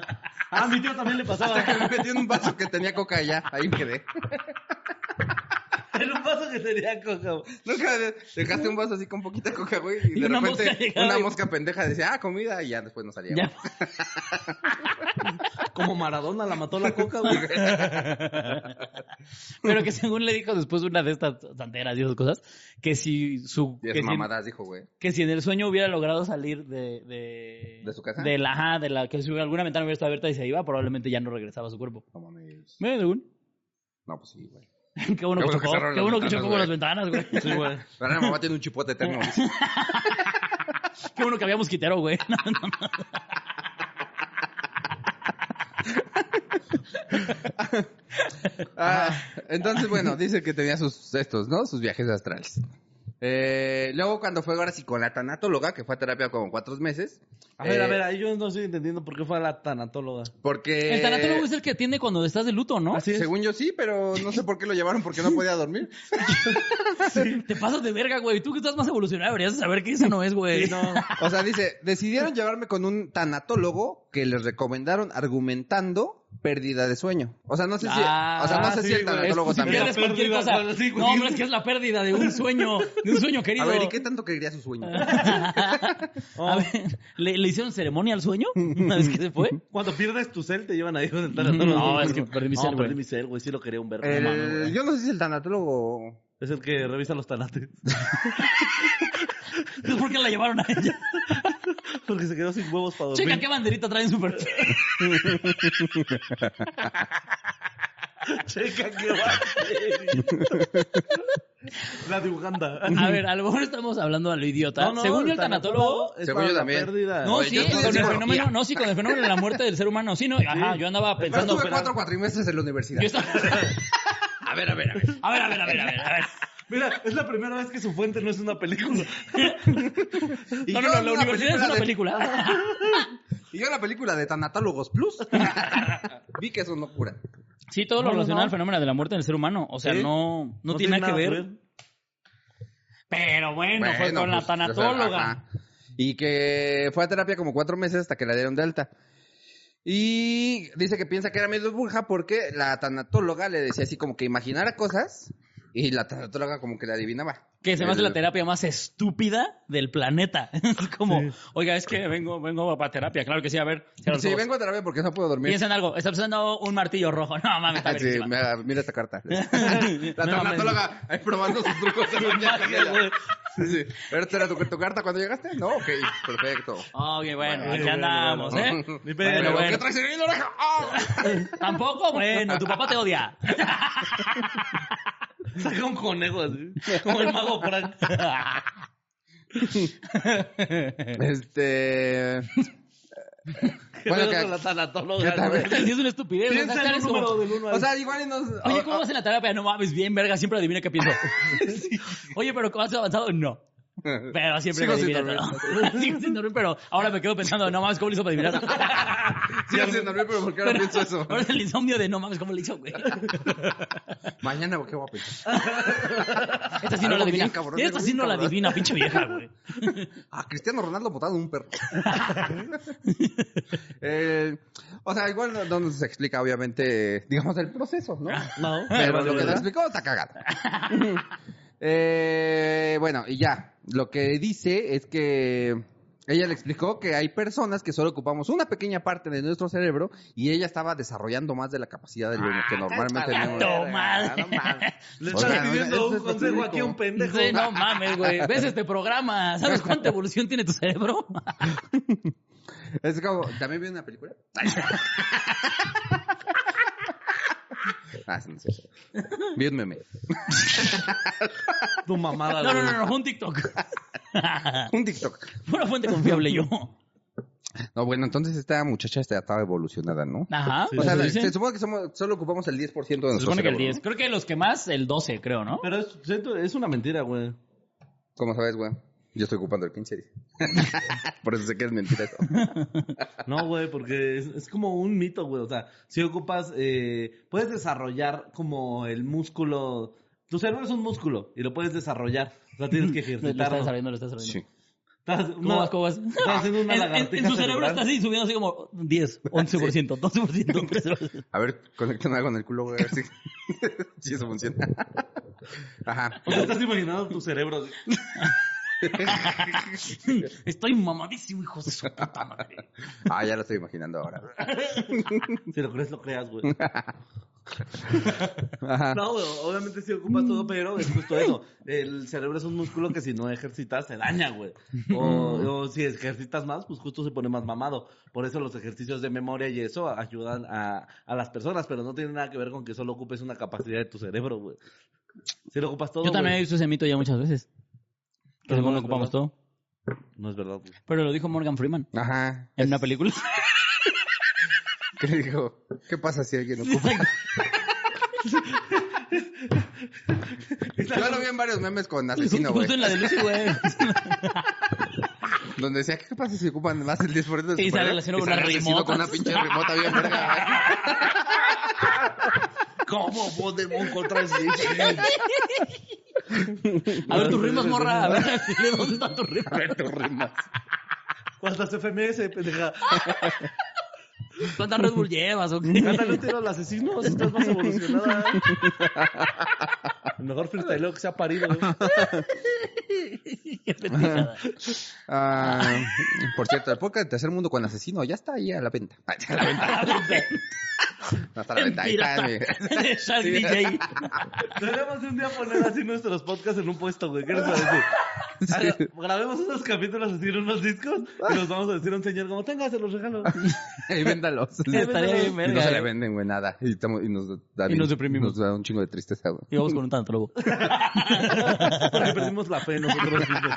Speaker 3: Ah, a mi tío también le pasaba.
Speaker 2: Hasta que me metí en un vaso que tenía coca y ya, ahí quedé.
Speaker 3: En un paso que tenía coca. güey.
Speaker 2: Nunca de- dejaste un vaso así con poquita coca, güey, y,
Speaker 4: Y
Speaker 2: de
Speaker 4: una
Speaker 2: repente
Speaker 4: mosca llegaba
Speaker 2: una
Speaker 4: y-
Speaker 2: mosca pendeja decía, ah, comida, y ya después no salía.
Speaker 4: Ya.
Speaker 3: Como Maradona la mató la coca, güey.
Speaker 4: Pero que según le dijo después una de estas santeras y esas cosas, que si su...
Speaker 2: Y
Speaker 4: que
Speaker 2: es
Speaker 4: si-
Speaker 2: mamadas, dijo, güey.
Speaker 4: que si en el sueño hubiera logrado salir de... ¿De,
Speaker 2: ¿De su casa?
Speaker 4: De la, ajá, de la que si alguna ventana hubiera estado abierta y se iba, probablemente ya no regresaba a su cuerpo.
Speaker 2: No mames.
Speaker 4: Mira, según.
Speaker 2: No, pues sí, güey.
Speaker 4: Qué bueno
Speaker 2: Qué bueno
Speaker 4: que
Speaker 2: que
Speaker 4: chocó.
Speaker 2: cerraron
Speaker 4: Qué
Speaker 2: las
Speaker 4: bueno que
Speaker 2: ventanas,
Speaker 4: chocó
Speaker 2: güey.
Speaker 4: con las ventanas, güey.
Speaker 3: Sí, güey.
Speaker 2: Pero la mamá tiene un chipote eterno. dice.
Speaker 4: Qué bueno que había mosquitero, güey.
Speaker 2: Ah, entonces, bueno, dice que tenía sus estos, ¿no? Sus viajes astrales. Eh, luego, cuando fue ahora sí con la tanatóloga, que fue a terapia como cuatro meses.
Speaker 3: A ver, a
Speaker 2: eh,
Speaker 3: ver, ahí yo no estoy entendiendo por qué fue a la tanatóloga.
Speaker 2: Porque.
Speaker 4: El tanatólogo es el que atiende cuando estás de luto, ¿no?
Speaker 3: Así es.
Speaker 2: Según yo sí, pero no sé por qué lo llevaron porque no podía dormir.
Speaker 4: Te pasas de verga, güey. Tú que estás más evolucionado deberías saber que eso no es, güey.
Speaker 3: Sí, no.
Speaker 2: O sea, dice, decidieron llevarme con un tanatólogo que les recomendaron argumentando pérdida de sueño. O sea, no sé si,
Speaker 4: Ah,
Speaker 2: o sea, no sé
Speaker 3: sí,
Speaker 2: si el
Speaker 3: güey.
Speaker 2: tanatólogo
Speaker 3: Es
Speaker 2: también.
Speaker 3: posible.
Speaker 4: Pierdes cualquier
Speaker 3: pérdida,
Speaker 4: cosa.
Speaker 3: sí, güey.
Speaker 4: No, hombre, es que es la pérdida de un sueño, de un sueño querido.
Speaker 2: A ver, ¿y qué tanto quería su sueño?
Speaker 3: Ah.
Speaker 4: A ver, ¿le, le hicieron ceremonia al sueño una vez que se fue?
Speaker 3: Cuando pierdes tu cel, te llevan ahí con el tanatólogo.
Speaker 4: No, es que perdí mi cel,
Speaker 3: No, perdí
Speaker 4: güey.
Speaker 3: mi cel, güey. Sí lo quería un verbo.
Speaker 2: El-
Speaker 3: No mames, güey.
Speaker 2: yo no sé si el tanatólogo...
Speaker 3: Es el que revisa los tanates.
Speaker 4: Entonces, ¿Por qué la llevaron a ella?
Speaker 3: Porque se quedó sin huevos para dormir.
Speaker 4: Checa qué banderita traen su perfil.
Speaker 3: Checa qué va a ser. La de Uganda.
Speaker 4: A ver, a lo mejor estamos hablando a lo idiota. Según yo, el tanatólogo.
Speaker 3: es
Speaker 2: Según
Speaker 3: para
Speaker 2: yo
Speaker 3: la
Speaker 2: también.
Speaker 3: pérdida.
Speaker 4: No,
Speaker 2: Oye,
Speaker 4: sí,
Speaker 2: yo estudié
Speaker 4: con el
Speaker 2: psicología.
Speaker 4: fenómeno, no, sí, con el fenómeno de la muerte del ser humano, sí, no, ajá, yo andaba
Speaker 2: Pero
Speaker 4: pensando.
Speaker 2: estuve
Speaker 4: operar-
Speaker 2: cuatro cuatrimestres en la universidad.
Speaker 4: Yo estaba-
Speaker 2: A ver, a ver, a ver.
Speaker 4: A ver, a ver, a ver, a ver, a ver.
Speaker 3: Mira, es la primera vez que su fuente no es una película.
Speaker 2: Y yo
Speaker 4: No, no, no,
Speaker 2: en
Speaker 4: la
Speaker 2: una
Speaker 4: universidad es una
Speaker 2: de-
Speaker 4: película.
Speaker 2: Y yo en la película de Tanatólogos Plus vi que eso no cura.
Speaker 4: Sí, todo
Speaker 3: No,
Speaker 4: lo
Speaker 3: no,
Speaker 4: relacionado
Speaker 3: no.
Speaker 4: al fenómeno de la muerte del ser humano. O sea,
Speaker 3: Sí.
Speaker 4: no, no, tiene nada que ver. Pero bueno, fue
Speaker 2: Bueno,
Speaker 4: con la
Speaker 2: pues, o sea,
Speaker 4: tanatóloga.
Speaker 2: ajá. y que fue a terapia como cuatro meses hasta que la dieron de alta. Y dice que piensa que era medio burja porque la tanatóloga le decía así como que imaginara cosas y la tanatóloga como que la adivinaba.
Speaker 4: Que se me hace
Speaker 2: El-
Speaker 4: la terapia más estúpida del planeta. Es como, oiga, es que vengo, vengo para terapia. Claro que sí, a ver. cierra los
Speaker 2: Sí,
Speaker 4: ojos.
Speaker 2: vengo a terapia porque no puedo dormir.
Speaker 4: Piensa en algo. Está usando un martillo rojo. No, mames, está
Speaker 2: Ah, Sí,
Speaker 4: verguísima.
Speaker 2: mira, mira esta carta. La
Speaker 4: No,
Speaker 2: tanatóloga ahí probando sus trucos de mañana. Sí, sí. Pero esta era tu, tu carta cuando llegaste. No, ok, perfecto.
Speaker 4: Ok, bueno,
Speaker 3: Bueno,
Speaker 4: aquí
Speaker 3: bueno,
Speaker 4: andamos,
Speaker 3: bueno.
Speaker 4: ¿eh?
Speaker 3: Ni pedo.
Speaker 4: Bueno,
Speaker 2: Pero, ¿Qué
Speaker 4: bueno.
Speaker 2: traes en la oreja? ¡Ah!
Speaker 4: Tampoco, bueno, tu papá te odia.
Speaker 3: Saca un conejo así. Como el mago Frank.
Speaker 2: Este. bueno,
Speaker 3: Con
Speaker 2: que.
Speaker 3: la tanatóloga.
Speaker 2: que también-
Speaker 4: Sí, es una estupidez.
Speaker 3: Piensa
Speaker 4: o sea,
Speaker 3: en
Speaker 4: es
Speaker 3: un
Speaker 4: como,
Speaker 3: número del 1 al
Speaker 2: O sea, igual y nos. ah,
Speaker 4: Oye, ¿cómo vas en la terapia? No mames, bien, verga, siempre adivina qué pienso. Oye, pero ¿cómo has avanzado? No. Pero siempre
Speaker 2: Sigo
Speaker 4: me
Speaker 2: sin
Speaker 4: adivina
Speaker 2: dormir.
Speaker 4: todo. Sigo sin dormir, pero ahora me quedo pensando, no mames, ¿cómo le hizo para adivinar?
Speaker 2: Sí, sí, dormí, pero ¿por qué ahora
Speaker 4: Pero-
Speaker 2: pienso eso?
Speaker 4: Ahora es el insomnio de no mames, ¿cómo le hizo, güey?
Speaker 2: Mañana, ¿qué voy a pensar?
Speaker 4: Esta sí no
Speaker 2: Algo
Speaker 4: la adivina.
Speaker 2: bien cabrón,
Speaker 4: Esta
Speaker 2: algo
Speaker 4: sí
Speaker 2: bien
Speaker 4: no la
Speaker 2: cabrón.
Speaker 4: adivina, pinche vieja, güey.
Speaker 2: Ah, Cristiano Ronaldo botado un perro. Eh, o sea, igual no, no nos explica, obviamente, digamos, el proceso, ¿no?
Speaker 3: Ah, No.
Speaker 2: Pero lo que te
Speaker 3: ¿verdad?
Speaker 2: explicó está cagado. Eh, bueno, y ya. Lo que dice es que ella le explicó que hay personas que solo ocupamos una pequeña parte de nuestro cerebro y ella estaba desarrollando más de la capacidad
Speaker 3: Ah,
Speaker 2: del que normalmente tenemos.
Speaker 4: ¡Gato madre!
Speaker 3: Le
Speaker 2: O sea,
Speaker 3: estás pidiendo
Speaker 2: eso
Speaker 3: un
Speaker 2: es lo
Speaker 3: consejo aquí a
Speaker 2: rico.
Speaker 3: un pendejo.
Speaker 4: Sí, no mames, güey. ¿Ves este programa? ¿Sabes cuánta evolución tiene tu cerebro?
Speaker 2: Es como, ¿también vi una película? Ah, sí, no sé. Vi un meme.
Speaker 3: Tu mamada.
Speaker 4: No, no,
Speaker 3: güey.
Speaker 4: no, no, fue un TikTok.
Speaker 2: Un TikTok.
Speaker 4: Fue una fuente confiable yo.
Speaker 2: No, bueno, entonces esta muchacha está estaba evolucionada, ¿no?
Speaker 4: Ajá.
Speaker 2: o sea,
Speaker 4: ¿eso
Speaker 2: se
Speaker 4: dicen?
Speaker 2: supone que somos, solo ocupamos el 10% de nuestro
Speaker 4: Se supone que el
Speaker 2: cerebro, ¿no?
Speaker 4: 10. Creo que los que más, el 12, creo, ¿no?
Speaker 3: Pero es, siento- es una mentira, güey.
Speaker 2: ¿Cómo sabes, güey? Yo estoy ocupando el pinche. dice. Por eso sé que es mentira eso.
Speaker 3: No, güey, porque es, es como un mito, güey. O sea, si ocupas, eh, puedes desarrollar como el músculo. Tu cerebro es un músculo y lo puedes desarrolollar. O sea, tienes que
Speaker 4: Lo estás
Speaker 3: ejercitarlo.
Speaker 4: sabiendo, lo estás sabiendo.
Speaker 2: Sí.
Speaker 3: Estás,
Speaker 4: ¿Cómo
Speaker 3: no,
Speaker 4: vas? ¿Cómo vas?
Speaker 3: estás haciendo una
Speaker 4: En- en,
Speaker 3: lagartija
Speaker 4: en tu cerebro
Speaker 3: cerebral.
Speaker 4: está así subiendo así como 10, 11%, 12%, 13%.
Speaker 2: A ver, conectan algo en el culo, güey, a ver si, si eso funciona. Ajá.
Speaker 3: O sea, estás imaginando tu cerebro. así.
Speaker 4: Estoy mamadísimo, hijo de su puta madre.
Speaker 2: Ah, ya lo estoy imaginando ahora.
Speaker 3: Si lo crees, lo creas, güey.
Speaker 2: Ajá.
Speaker 3: No, güey, obviamente sí ocupas todo, pero es justo eso. El cerebro es un músculo que si no ejercitas se daña, güey. O, o si ejercitas más, pues justo se pone más mamado. Por eso los ejercicios de memoria y eso ayudan a, a las personas, pero no tiene nada que ver con que solo ocupes una capacidad de tu cerebro, güey. Si lo ocupas todo,
Speaker 4: Yo también he
Speaker 3: güey.
Speaker 4: visto ese mito ya muchas veces. Que
Speaker 3: No,
Speaker 4: según
Speaker 3: no,
Speaker 4: lo
Speaker 3: es
Speaker 4: ocupamos
Speaker 3: verdad.
Speaker 4: todo.
Speaker 3: No es verdad, güey.
Speaker 4: Pero lo dijo Morgan Freeman
Speaker 2: Ajá.
Speaker 4: en una película.
Speaker 2: Que le dijo, ¿qué pasa si alguien ocupa? Yo lo vi en varios memes con asesino, güey.
Speaker 4: Justo en la de Lucy, güey.
Speaker 2: Donde decía, ¿qué pasa si ocupan más el 10% de su
Speaker 4: Y se
Speaker 2: poder?
Speaker 4: relacionó
Speaker 2: Y
Speaker 4: con
Speaker 2: sale
Speaker 4: una
Speaker 2: asesino
Speaker 4: remota.
Speaker 2: con una pinche remota bien verga.
Speaker 3: ¿Cómo Voldemort contra Slytherin?
Speaker 4: A ver tus rimas, morra. A ver, dile dónde están tus rimas.
Speaker 3: ¿Cuántas FMS, pendeja?
Speaker 4: ¿Cuántas Red Bull llevas o qué?
Speaker 3: Cántale un tiro al asesino, si estás más evolucionada. ¿eh? El mejor freestyle que se ha parido.
Speaker 4: Qué pendejada.
Speaker 2: Ah, por cierto, el podcast de Tercer Mundo con Asesino ya está ahí a la venta. Ah, A la venta. No está a la venta. Ahí está.
Speaker 4: Pirata.
Speaker 2: mire.
Speaker 4: De Shark DJ.
Speaker 3: Deberíamos un día poner así nuestros podcasts en un puesto, güey. ¿Qué les parece? Haga- Grabemos unos capítulos así en unos discos y los vamos a decir a un señor como, tenga, se los regalo.
Speaker 2: Ahí véndalos.
Speaker 4: Estaría bien,
Speaker 2: Y no se le
Speaker 4: verga. eh.
Speaker 2: venden, güey, nada. Y, estamos- y nos, da
Speaker 4: Y nos deprimimos.
Speaker 2: Nos da un chingo de tristeza, güey.
Speaker 4: Y vamos con un tantrólogo.
Speaker 3: Porque perdimos la fe nosotros mismos.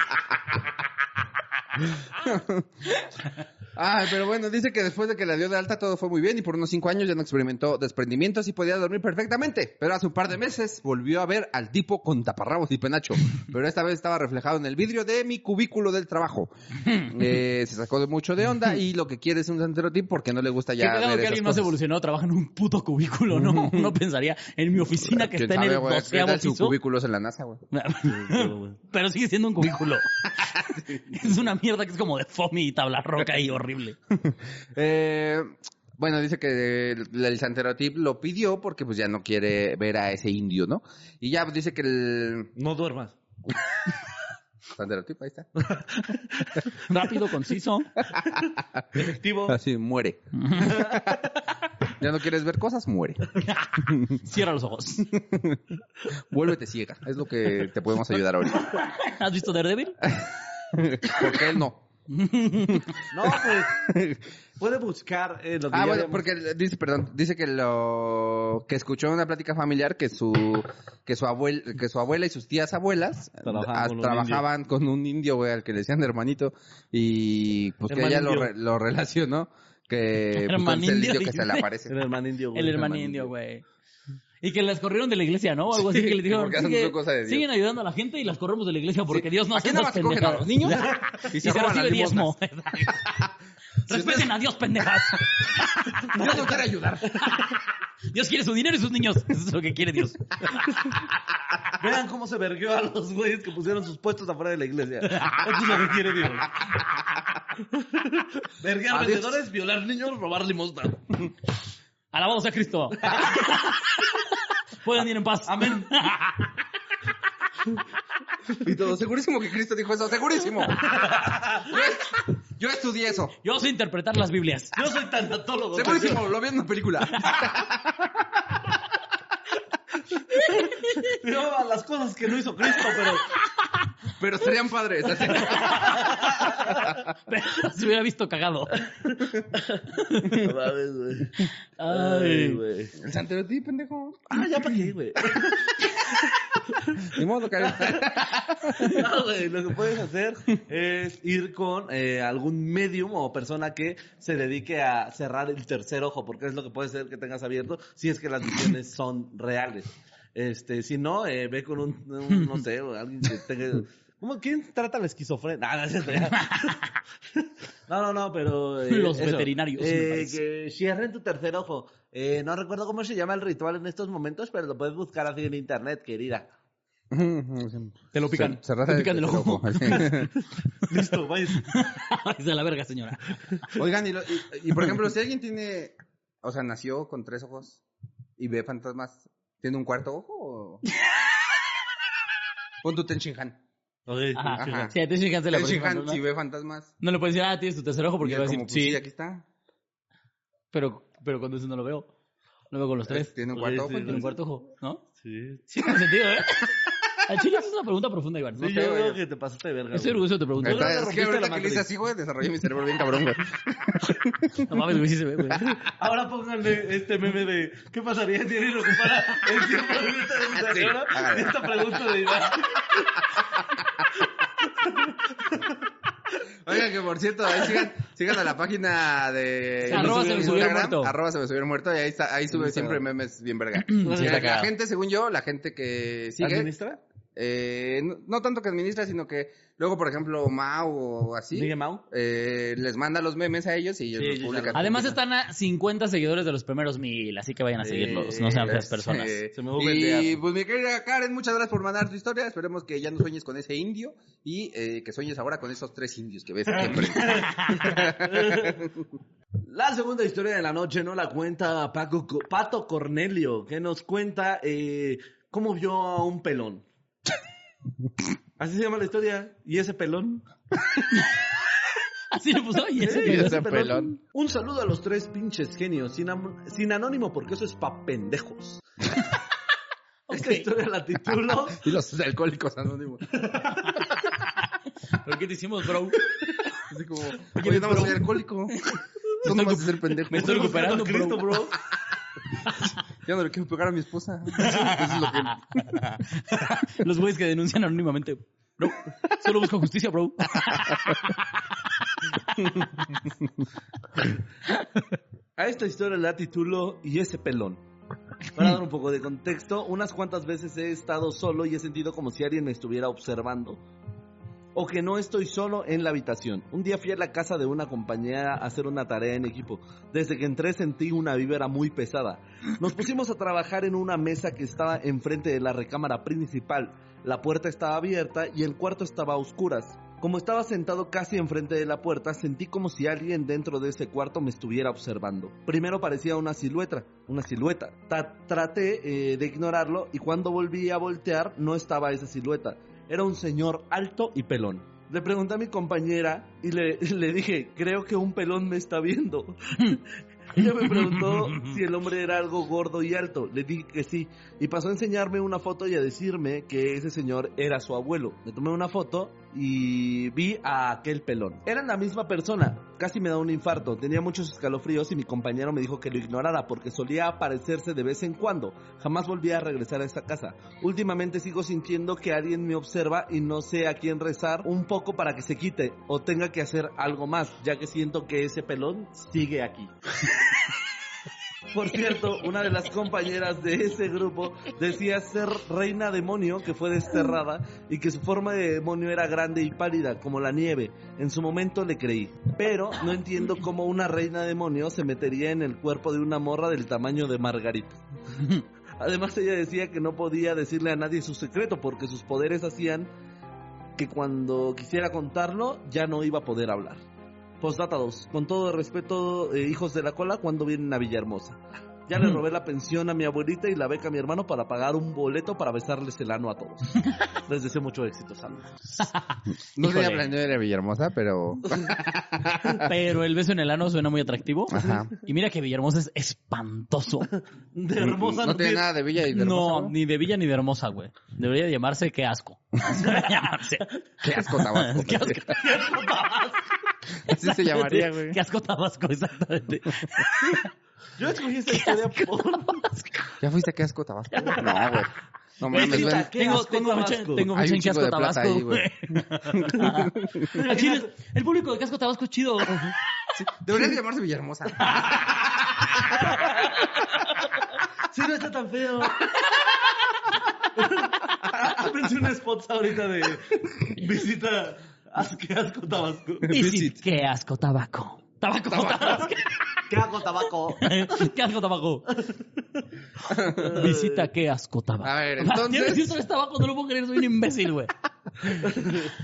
Speaker 2: Ah, pero bueno, dice que después de que la dio de alta todo fue muy bien y por unos cinco años ya no experimentó desprendimientos y podía dormir perfectamente. Pero hace un par de meses volvió a ver al tipo con taparrabos y penacho. Pero esta vez estaba reflejado en el vidrio de mi cubículo del trabajo. Eh, se sacó de mucho de onda y lo que quiere es un santerotip porque no le gusta
Speaker 4: Qué
Speaker 2: ya
Speaker 4: pedo
Speaker 2: ver
Speaker 4: que
Speaker 2: esas
Speaker 4: alguien no se
Speaker 2: cosas.
Speaker 4: evolucionó, trabaja en un puto cubículo, ¿no? Uno pensaría en mi oficina que
Speaker 2: ¿Quién
Speaker 4: está en
Speaker 2: sabe,
Speaker 4: el
Speaker 2: güey? ¿Qué
Speaker 4: doceavo
Speaker 2: tal si su
Speaker 4: piso.
Speaker 2: cubículo es en la NASA, güey?
Speaker 4: Pero sigue siendo un cubículo. es una mierda que es como de foamy y tabla roca y horrible.
Speaker 2: Eh, bueno, dice que el, el santerotip lo pidió porque pues ya no quiere ver a ese indio, ¿no? Y ya dice que el
Speaker 3: No duermas.
Speaker 2: santerotip, ahí está.
Speaker 4: Rápido, conciso.
Speaker 3: Efectivo.
Speaker 2: Así, Ah, muere. ya no quieres ver cosas, muere.
Speaker 4: Cierra los ojos.
Speaker 2: Vuélvete ciega. Es lo que te podemos ayudar ahorita.
Speaker 4: ¿Has visto Daredevil?
Speaker 2: Porque él no.
Speaker 3: No, pues, puede buscar eh, lo que
Speaker 2: Ah,
Speaker 3: ya
Speaker 2: bueno,
Speaker 3: habíamos-
Speaker 2: porque dice, perdón, dice que lo que escuchó en una plática familiar que su que su abuela, que su abuela y sus tías abuelas
Speaker 3: Trabajaban
Speaker 2: ah,
Speaker 3: con un
Speaker 2: trabajaban con un indio, güey, al que le decían hermanito y pues que
Speaker 3: Hermano
Speaker 2: ella lo,
Speaker 3: indio.
Speaker 2: re- lo relacionó que pues, con
Speaker 4: Hermanindio,
Speaker 2: el indio que se le
Speaker 4: dice.
Speaker 2: aparece.
Speaker 3: El hermano indio, güey.
Speaker 4: El hermano indio, güey. Y que las corrieron de la iglesia, ¿no? O algo así que le dijeron.
Speaker 2: porque hacen
Speaker 4: "Sigue-
Speaker 2: su cosa de Dios".
Speaker 4: siguen ayudando a la gente y las corremos de la iglesia porque
Speaker 2: Sí.
Speaker 4: Dios no
Speaker 2: Aquí
Speaker 4: hace
Speaker 2: nada
Speaker 4: unas
Speaker 2: más cogen a
Speaker 4: pendejadas.
Speaker 2: los
Speaker 4: niños
Speaker 2: Y se
Speaker 4: y se,
Speaker 2: roban las
Speaker 4: recibe diezmo.
Speaker 2: limosnas.
Speaker 4: Respeten a Dios, pendejadas.
Speaker 2: Dios no quiere ayudar.
Speaker 4: Dios quiere su dinero y sus niños. Eso es lo que quiere Dios.
Speaker 3: Vean cómo se verguió a los güeyes que pusieron sus puestos afuera de la iglesia. Eso es lo que quiere Dios. Verguear
Speaker 2: Adiós.
Speaker 3: vendedores, violar niños, robar limosna.
Speaker 4: Alabado sea Cristo. Pueden ir en paz. Amén.
Speaker 2: Y todo, segurísimo que Cristo dijo eso, segurísimo. Yo- Yo estudié eso.
Speaker 4: Yo sé interpretar las Biblias.
Speaker 3: Yo soy tanatólogo.
Speaker 2: Segurísimo, lo vi en una película.
Speaker 3: Yo a las cosas que no hizo Cristo, pero
Speaker 2: Pero estarían padres. así.
Speaker 4: Pero se hubiera visto cagado.
Speaker 3: No mames, güey.
Speaker 4: Ay, güey.
Speaker 2: El santerotí, pendejo.
Speaker 3: Ah, ya para qué, güey.
Speaker 2: Ni modo, Karen.
Speaker 3: No, güey, Lo que puedes hacer es ir con eh, algún medium o persona que se dedique a cerrar el tercer ojo, porque es lo que puede ser que tengas abierto si es que las visiones son reales. Este, si no, eh, ve con un, un- no sé, o alguien que tenga. ¿Cómo, ¿Quién trata la esquizofrenia? Ah, no, es cierto, ya. no, no, no, pero... eh,
Speaker 4: Los veterinarios, me
Speaker 3: eh,
Speaker 4: parece.
Speaker 3: que cierren tu tercer ojo. Eh, no recuerdo cómo se llama el ritual en estos momentos, pero lo puedes buscar así en internet, querida.
Speaker 4: Te lo pican.
Speaker 2: Se- cerrar
Speaker 4: Te pican el ojo.
Speaker 3: Listo, váyase.
Speaker 4: Es de la verga, señora.
Speaker 2: Oigan, y, lo- y- y por ejemplo, si alguien tiene, o sea, nació con tres ojos y ve fantasmas, ¿tiene un cuarto ojo o...? Pon tu Ten Shinhan.
Speaker 3: Ok.
Speaker 4: Ajá.
Speaker 2: Ajá.
Speaker 4: Sí, a Tenshin Han se le
Speaker 2: Ten
Speaker 4: aparece
Speaker 2: Shinhan,
Speaker 4: fantasma.
Speaker 2: si ve fantasmas.
Speaker 4: No le puedes decir, ah, tienes tu tercer ojo porque
Speaker 2: ya
Speaker 4: va a decir,
Speaker 2: como, pues,
Speaker 4: sí,
Speaker 2: aquí está.
Speaker 4: pero, pero cuando eso no lo veo. Lo veo con los tres.
Speaker 2: Tiene un
Speaker 3: Sí,
Speaker 2: cuarto
Speaker 3: sí,
Speaker 2: ojo.
Speaker 4: Tiene un
Speaker 2: Este, pues, entonces-
Speaker 4: cuarto ojo, ¿no?
Speaker 3: Sí.
Speaker 4: Sí, tiene sentido, ¿eh? Al chile esa es una pregunta profunda, Iván.
Speaker 3: Sí,
Speaker 2: sé,
Speaker 3: yo
Speaker 2: güey.
Speaker 3: creo que te pasaste de verga.
Speaker 4: Estoy
Speaker 3: güey.
Speaker 4: orgulloso de tu pregunta.
Speaker 2: Está-
Speaker 3: Yo creo que
Speaker 2: es que
Speaker 3: rompiste la
Speaker 2: ahorita que le hice
Speaker 3: matriz.
Speaker 2: así, güey, desarrollé mi cerebro bien cabrón, güey.
Speaker 4: No mames, güey, sí se ve, güey.
Speaker 3: Ahora pónganle este meme de ¿qué pasaría si alguien ocupara el 100% de mi cerebro?
Speaker 2: hágale.
Speaker 3: Esta pregunta de Iván.
Speaker 2: Oigan, que por cierto, ahí sigan, sigan a la página de
Speaker 4: Arroba se me subió el
Speaker 2: Instagram,
Speaker 4: muerto.
Speaker 2: arroba se me subió el muerto, y ahí, está, ahí sube siempre memes bien verga.
Speaker 4: está
Speaker 2: la,
Speaker 4: cagado.
Speaker 2: gente, según yo, la gente que sigue,
Speaker 3: ¿Administra?
Speaker 2: eh, no, no tanto que administra, sino que luego, por ejemplo, Mau o así,
Speaker 3: ¿Sigue Mau?
Speaker 2: eh, les manda los memes a ellos y ellos
Speaker 3: Sí,
Speaker 2: los
Speaker 3: ellos ya
Speaker 2: publican.
Speaker 4: Además están a 50 seguidores de los primeros mil, así que vayan a
Speaker 2: Sí,
Speaker 4: seguirlos, no sean feas
Speaker 2: es,
Speaker 4: personas.
Speaker 2: eh,
Speaker 3: Se me va a
Speaker 2: y
Speaker 3: vendear.
Speaker 2: pues mi querida Karen, muchas gracias por mandar tu historia. Esperemos que ya no sueñes con ese indio y eh, que sueñes ahora con esos tres indios que ves siempre.
Speaker 3: La segunda historia de la noche no la cuenta Paco, Co- Pato Cornelio, que nos cuenta eh, cómo vio a un pelón. Así se llama la historia. ¿Y ese pelón?
Speaker 4: Así le puso, y ese
Speaker 3: Sí,
Speaker 4: pedo.
Speaker 2: ese pelón.
Speaker 3: Un saludo a los tres pinches genios, sin, am- sin anónimo porque eso es pa' pendejos. Esta
Speaker 4: Ok.
Speaker 3: historia la titulo
Speaker 2: y los alcohólicos anónimos.
Speaker 4: ¿Pero qué te hicimos, bro?
Speaker 2: Así como, oye, no soy alcohólico. Tú no vas a ser pendejo.
Speaker 4: me estoy recuperando,
Speaker 3: Cristo,
Speaker 4: bro.
Speaker 3: bro.
Speaker 2: Ya no le quiero pegar a mi esposa. Eso es lo que...
Speaker 4: Los güeyes que denuncian anónimamente. Bro, solo busco justicia, bro.
Speaker 3: A esta historia la titulo y ese pelón. Para dar un poco de contexto, unas cuantas veces he estado solo y he sentido como si alguien me estuviera observando. O que no estoy solo en la habitación. Un día fui a la casa de una compañera a hacer una tarea en equipo. Desde que entré sentí una vibra muy pesada. Nos pusimos a trabajar en una mesa que estaba enfrente de la recámara principal. La puerta estaba abierta y el cuarto estaba a oscuras. Como estaba sentado casi enfrente de la puerta, sentí como si alguien dentro de ese cuarto me estuviera observando. Primero parecía una silueta, una silueta. Ta- traté eh, de ignorarlo y cuando volví a voltear no estaba esa silueta. Era un señor alto y pelón. Le pregunté a mi compañera y le, le dije, creo que un pelón me está viendo. Ella me preguntó si el hombre era algo gordo y alto. Le dije que sí y pasó a enseñarme una foto y a decirme que ese señor era su abuelo. Le tomé una foto y vi a aquel pelón. Eran la misma persona. Casi me da un infarto. Tenía muchos escalofríos y mi compañero me dijo que lo ignorara porque solía aparecerse de vez en cuando. Jamás volví a regresar a esa casa. Últimamente sigo sintiendo que alguien me observa y no sé a quién rezar un poco para que se quite o tenga que hacer algo más, ya que siento que ese pelón sigue aquí. Por cierto, una de las compañeras de ese grupo decía ser reina demonio que fue desterrada y que su forma de demonio era grande y pálida, como la nieve. En su momento le creí, pero no entiendo cómo una reina demonio se metería en el cuerpo de una morra del tamaño de Margarita. Además ella decía que no podía decirle a nadie su secreto porque sus poderes hacían que cuando quisiera contarlo ya no iba a poder hablar. Postdata 2. Con todo respeto, eh, hijos de la cola, cuando vienen a Villahermosa. Ya le robé la pensión a mi abuelita y la beca a mi hermano para pagar un boleto para besarles el ano a todos. Les deseo mucho éxito, saludos.
Speaker 2: No
Speaker 4: Híjole.
Speaker 2: tenía planeado ir a Villahermosa, pero...
Speaker 4: Pero el beso en el ano suena muy atractivo.
Speaker 2: Ajá.
Speaker 4: Y mira que Villahermosa es espantoso.
Speaker 3: De hermosa
Speaker 2: no tiene nada de Villa y de Hermosa,
Speaker 4: No, ni de Villa ni de Hermosa, güey. Debería de llamarse Qué asco. Debería llamarse.
Speaker 2: Qué asco Tabasco.
Speaker 4: Qué asco.
Speaker 2: Así se llamaría, güey.
Speaker 4: Qué asco Tabasco, exactamente.
Speaker 3: Yo escogí esta historia por...
Speaker 2: ¿Ya fuiste a Qué asco Tabasco? No, güey. No
Speaker 3: Güey,
Speaker 2: mames,
Speaker 3: grita,
Speaker 2: güey.
Speaker 3: Qué
Speaker 4: tengo,
Speaker 3: asco
Speaker 4: tengo mucha,
Speaker 3: Tabasco.
Speaker 4: tengo
Speaker 2: Hay un
Speaker 4: mucha en Qué
Speaker 2: chingo
Speaker 4: asco
Speaker 2: de plata
Speaker 4: Tabasco,
Speaker 2: ahí, güey.
Speaker 4: güey. Al chile, el público de Casco Tabasco es chido.
Speaker 2: Debería de llamarse Villahermosa.
Speaker 3: Sí, no está tan feo. Pensé un spot ahorita de visita Asque Asco Tabasco.
Speaker 4: Visit Qué asco Tabaco. Tabaco, Tabasco.
Speaker 3: ¿Qué hago, tabaco?
Speaker 4: Qué asco Tabaco. Visita Qué asco Tabaco.
Speaker 2: A ver,
Speaker 4: Tienes
Speaker 2: entonces...
Speaker 4: cierto de tabaco, no lo puedo creer, soy un imbécil, güey.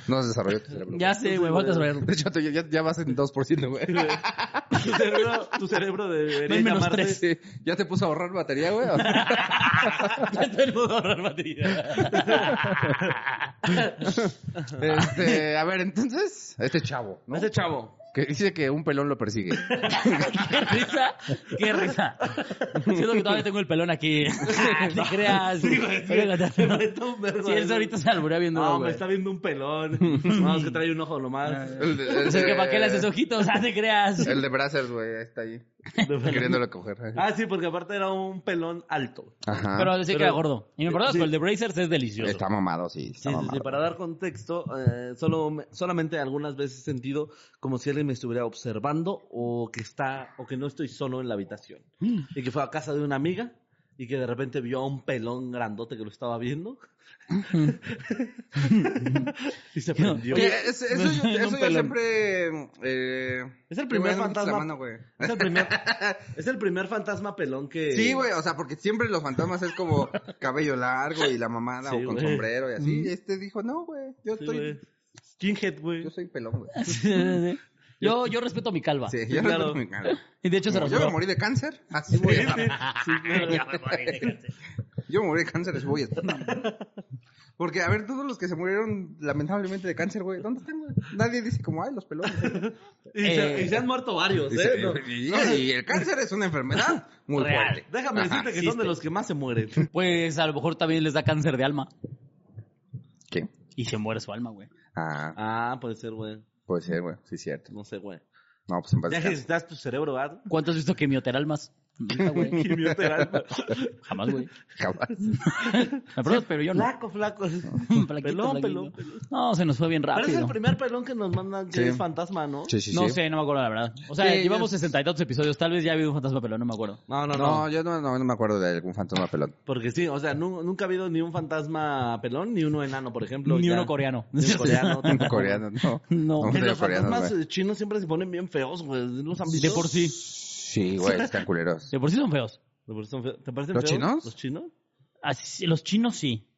Speaker 2: No se desarrolló tu cerebro.
Speaker 4: Ya sé, güey, falta saber.
Speaker 2: De hecho, te- ya, ya vas en 2%, güey.
Speaker 3: Tu cerebro, tu cerebro debería
Speaker 4: Ven menos
Speaker 3: llamarse...
Speaker 4: tres.
Speaker 2: Sí, ya te puso a ahorrar batería, güey. O sea,
Speaker 4: Ya estoy en modo ahorrar batería.
Speaker 2: este, a ver, entonces, este chavo, ¿no?
Speaker 3: Ese chavo.
Speaker 2: Que dice que un pelón lo persigue.
Speaker 4: Qué risa, qué risa. Siento que todavía tengo el pelón aquí. Ah, te creas.
Speaker 3: Sí, güey, sí. Me molesta un vergo,
Speaker 4: Si él
Speaker 3: güey.
Speaker 4: ahorita se alburea viendo.
Speaker 3: No, me
Speaker 4: güey.
Speaker 3: está viendo un pelón. No, es que trae un ojo nomás.
Speaker 2: El de,
Speaker 4: Pues es que para qué le haces ojitos, ah, te creas.
Speaker 2: el de Brazzers, güey, ahí está ahí. queriéndolo coger.
Speaker 3: Ah, sí, porque aparte era un pelón alto.
Speaker 2: Ajá.
Speaker 4: Pero decía que
Speaker 3: Ah, Pero-
Speaker 4: era gordo. Y me acordaba
Speaker 3: Sí.
Speaker 4: que el de Brazers es delicioso.
Speaker 2: Está mamado, sí.
Speaker 3: Sí,
Speaker 2: Está
Speaker 3: sí, sí,
Speaker 2: mamado.
Speaker 3: para dar contexto, eh, solo, me- solamente algunas veces he sentido como si alguien me estuviera observando o que está o que no estoy solo en la habitación.
Speaker 2: Mm.
Speaker 3: Y que fue a casa de una amiga y que de repente vio a un pelón grandote que lo estaba viendo. y se prendió.
Speaker 2: Mm. Oye, es- eso yo,
Speaker 4: Un
Speaker 2: eso yo
Speaker 4: pelón.
Speaker 2: siempre... eh, le
Speaker 3: Es el
Speaker 2: voy
Speaker 3: primer
Speaker 2: a dar
Speaker 3: fantasma.
Speaker 2: la mano, güey.
Speaker 3: Es el primer, es el primer fantasma pelón que...
Speaker 2: Sí, güey, o sea, porque siempre los fantasmas es como cabello largo y la mamada
Speaker 3: Sí,
Speaker 2: o con
Speaker 3: güey.
Speaker 2: sombrero y así. Y este dijo, no, güey, yo
Speaker 3: Sí,
Speaker 2: estoy...
Speaker 3: güey. Skinhead, güey.
Speaker 2: Yo soy pelón, güey.
Speaker 4: yo, yo respeto mi calva.
Speaker 2: Sí,
Speaker 3: Sí,
Speaker 2: yo
Speaker 3: claro.
Speaker 2: no me encargo.
Speaker 4: Y de hecho se
Speaker 2: Como Yo
Speaker 4: rasuró.
Speaker 2: me morí de cáncer, Ah, así voy a estar.
Speaker 3: Sí, claro.
Speaker 6: Ya me morí de cáncer.
Speaker 2: Yo me morí de cáncer, así voy a estar. Porque, a ver, todos los que se murieron lamentablemente de cáncer, güey, ¿dónde están, güey? Nadie dice como, ay, los pelones.
Speaker 3: Y, se,
Speaker 4: Eh,
Speaker 3: y se han muerto varios,
Speaker 2: Y,
Speaker 3: ¿eh?
Speaker 2: se-
Speaker 3: No.
Speaker 2: y- y el cáncer es una enfermedad muy
Speaker 4: Real.
Speaker 2: fuerte.
Speaker 3: Déjame
Speaker 2: Ajá,
Speaker 3: decirte que son de
Speaker 2: existe.
Speaker 3: los que más se mueren.
Speaker 4: Pues a lo mejor también les da cáncer de alma.
Speaker 2: ¿Qué?
Speaker 4: Y se muere su alma, güey.
Speaker 2: Ah,
Speaker 3: Ah, puede ser, güey.
Speaker 2: puede ser, güey, sí es cierto.
Speaker 3: No sé, güey.
Speaker 2: No, pues en paz
Speaker 3: Ya
Speaker 2: descanse.
Speaker 3: necesitas tu cerebro, ¿verdad?
Speaker 4: ¿Cuánto has visto quimioteralmas? Nunca, güey.
Speaker 3: Quimioterapia.
Speaker 4: Jamás, güey.
Speaker 2: Capaz.
Speaker 4: Me acuerdo, pero yo no.
Speaker 3: Flaco, flaco.
Speaker 4: Flaquito,
Speaker 3: pelón,
Speaker 4: flaquito.
Speaker 3: pelón, pelón.
Speaker 4: No, se nos fue bien
Speaker 3: Pero es el
Speaker 4: rápido.
Speaker 3: primer pelón que nos mandan que
Speaker 2: Sí.
Speaker 3: es fantasma, ¿no?
Speaker 2: Sí, sí,
Speaker 4: No
Speaker 2: sí.
Speaker 4: sé, no me acuerdo la verdad. O sea,
Speaker 2: Sí,
Speaker 4: llevamos
Speaker 2: yo-
Speaker 4: sesenta y tantos episodios. Tal vez ya ha habido un fantasma pelón, no me acuerdo.
Speaker 3: No, no, no.
Speaker 2: No, yo no, no, no me acuerdo de algún fantasma pelón.
Speaker 3: Porque sí, o sea, nu- nunca ha habido ni un fantasma pelón, ni uno enano, por ejemplo.
Speaker 4: Ni
Speaker 3: ya.
Speaker 4: uno coreano.
Speaker 3: Ni un coreano. tampoco.
Speaker 2: coreano, no.
Speaker 4: No.
Speaker 2: no
Speaker 3: Eh,
Speaker 2: de
Speaker 3: los
Speaker 2: coreanos,
Speaker 3: fantasmas
Speaker 2: güey.
Speaker 3: eh, chinos siempre se ponen bien feos, güey. ¿Los han visto?
Speaker 4: De por sí.
Speaker 2: Sí, güey, están culeros.
Speaker 4: De por sí son feos.
Speaker 3: De por sí son feos. ¿Te parecen
Speaker 2: ¿Los
Speaker 3: feos?
Speaker 2: chinos?
Speaker 3: ¿Los chinos?
Speaker 4: Así sí, los chinos sí.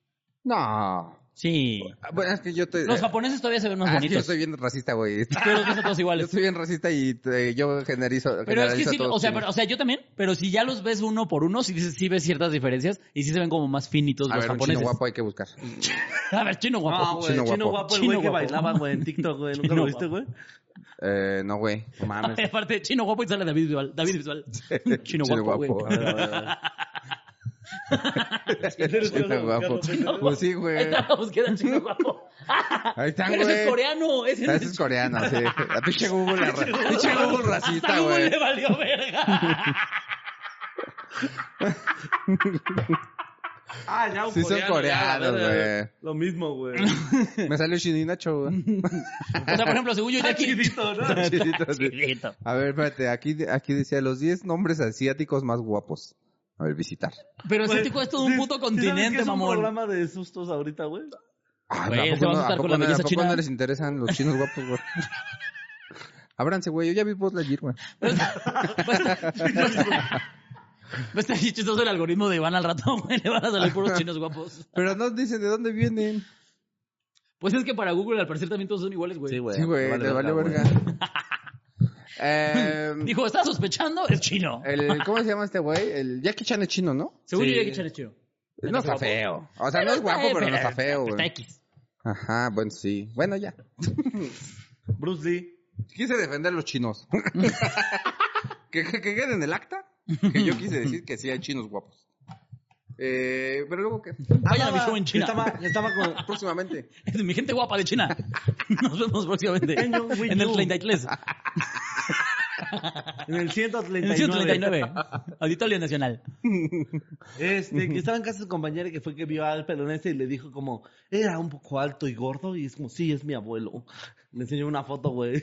Speaker 2: No.
Speaker 4: Sí.
Speaker 2: Ah, Bueno, es que yo te...
Speaker 4: Los japoneses todavía se ven más
Speaker 2: Ah, es que yo
Speaker 4: bonitos.
Speaker 2: soy bien racista, güey.
Speaker 4: Creo que son todos
Speaker 2: Yo
Speaker 4: iguales.
Speaker 2: soy bien racista y te- yo generizo,
Speaker 4: Pero es que
Speaker 2: generalizo a
Speaker 4: sí,
Speaker 2: todos
Speaker 4: o sea,
Speaker 2: chinos.
Speaker 4: pero- o sea, yo también, pero si ya los ves uno por uno, sí, dices- sí ves ciertas diferencias y sí se ven como más finitos
Speaker 2: A
Speaker 4: los
Speaker 2: ver, un chino
Speaker 4: japoneses.
Speaker 2: guapo hay que buscar.
Speaker 4: A ver, chino guapo.
Speaker 3: No, Ah, güey.
Speaker 2: Chino
Speaker 3: Chino, guapo.
Speaker 2: guapo.
Speaker 3: el güey
Speaker 4: Chino
Speaker 3: que
Speaker 4: guapo.
Speaker 3: bailaba, güey, en TikTok, güey. ¿Nunca
Speaker 4: Chino
Speaker 3: lo viste, güey?
Speaker 2: Eh, no, güey.
Speaker 3: No mames.
Speaker 4: Y aparte, chino guapo y sale David Visual. David Visual. Chino, guapo, güey.
Speaker 2: A ver, a ver, a ver. Chino guapo. Pues sí,
Speaker 4: Ahí
Speaker 2: güey.
Speaker 4: está la búsqueda, chino guapo.
Speaker 2: Ahí están,
Speaker 4: Pero ese es
Speaker 2: güey.
Speaker 4: coreano. Ese
Speaker 2: Ah, Ese
Speaker 4: es
Speaker 2: es coreano, sí. A pinche Google, la ra- pinche Google racista,
Speaker 4: A Google
Speaker 2: güey.
Speaker 4: le valió verga.
Speaker 3: Ah, ya, un
Speaker 2: Sí, son
Speaker 3: ya,
Speaker 2: coreanos,
Speaker 3: la verga.
Speaker 2: güey.
Speaker 3: Lo mismo, güey.
Speaker 2: Me salió Shininacho, güey.
Speaker 4: O sea, por ejemplo, según yo, ya aquí...
Speaker 3: Chidito, ¿no?
Speaker 2: Chidito, sí.
Speaker 4: Chiquito.
Speaker 2: A ver, espérate, aquí, aquí decía los 10 nombres asiáticos más guapos. A ver, visitar.
Speaker 4: Pero
Speaker 3: Güey,
Speaker 4: asiático es todo un
Speaker 3: Pues, ¿sí-
Speaker 4: puto
Speaker 3: sí sabes que
Speaker 4: continente,
Speaker 3: es un
Speaker 4: mamón.
Speaker 3: programa de sustos ahorita, güey?
Speaker 2: Ah,
Speaker 4: Güey,
Speaker 2: ¿a
Speaker 4: se
Speaker 2: poco, no,
Speaker 4: van a
Speaker 2: ¿a
Speaker 4: asustar
Speaker 2: poco
Speaker 4: con la
Speaker 2: no- a
Speaker 4: belleza
Speaker 2: poco
Speaker 4: china?
Speaker 2: no les interesan los chinos guapos, güey? Ábranse, güey, yo ya vi Buzz Lightyear, güey.
Speaker 4: Va a estar- va a estar Pues, bien chistoso el algoritmo de Iván al rato, güey. Le van a salir puros chinos guapos.
Speaker 2: Pero no dicen de dónde vienen.
Speaker 4: Pues es que para Google al parecer también todos son iguales, güey.
Speaker 2: Sí, güey,
Speaker 3: vale
Speaker 2: les valió verga. Eh,
Speaker 4: Dijo, ¿estás sospechando? Es chino.
Speaker 2: el, ¿Cómo se llama este güey? El Jackie Chan es chino, ¿no?
Speaker 4: Según
Speaker 3: sí.
Speaker 4: yo, Jackie Chan es chino.
Speaker 2: No está
Speaker 4: guapo.
Speaker 2: feo. O sea, no es guapo, pero no está feo,
Speaker 4: Está
Speaker 2: güey.
Speaker 4: X.
Speaker 2: Ajá, bueno, sí. Bueno, ya.
Speaker 3: Bruce Lee.
Speaker 2: Quise defender a los chinos. que, que, que quede en el acta que yo quise decir que sí hay chinos guapos. Eh, pero luego, ¿qué?
Speaker 4: Vayan a mi show en
Speaker 3: Estaba,
Speaker 4: China.
Speaker 3: estaba con...
Speaker 2: Próximamente.
Speaker 4: Mi gente guapa de China. Nos vemos próximamente.
Speaker 3: Año, güey,
Speaker 4: En el
Speaker 3: no.
Speaker 4: 33.
Speaker 3: En el 139.
Speaker 4: En el 139. Auditorio Nacional.
Speaker 3: Este, que estaba en casa de su compañera que fue que vio al pelón este y le dijo como, era un poco alto y gordo y es como, sí, es mi abuelo. Me enseñó una foto, güey.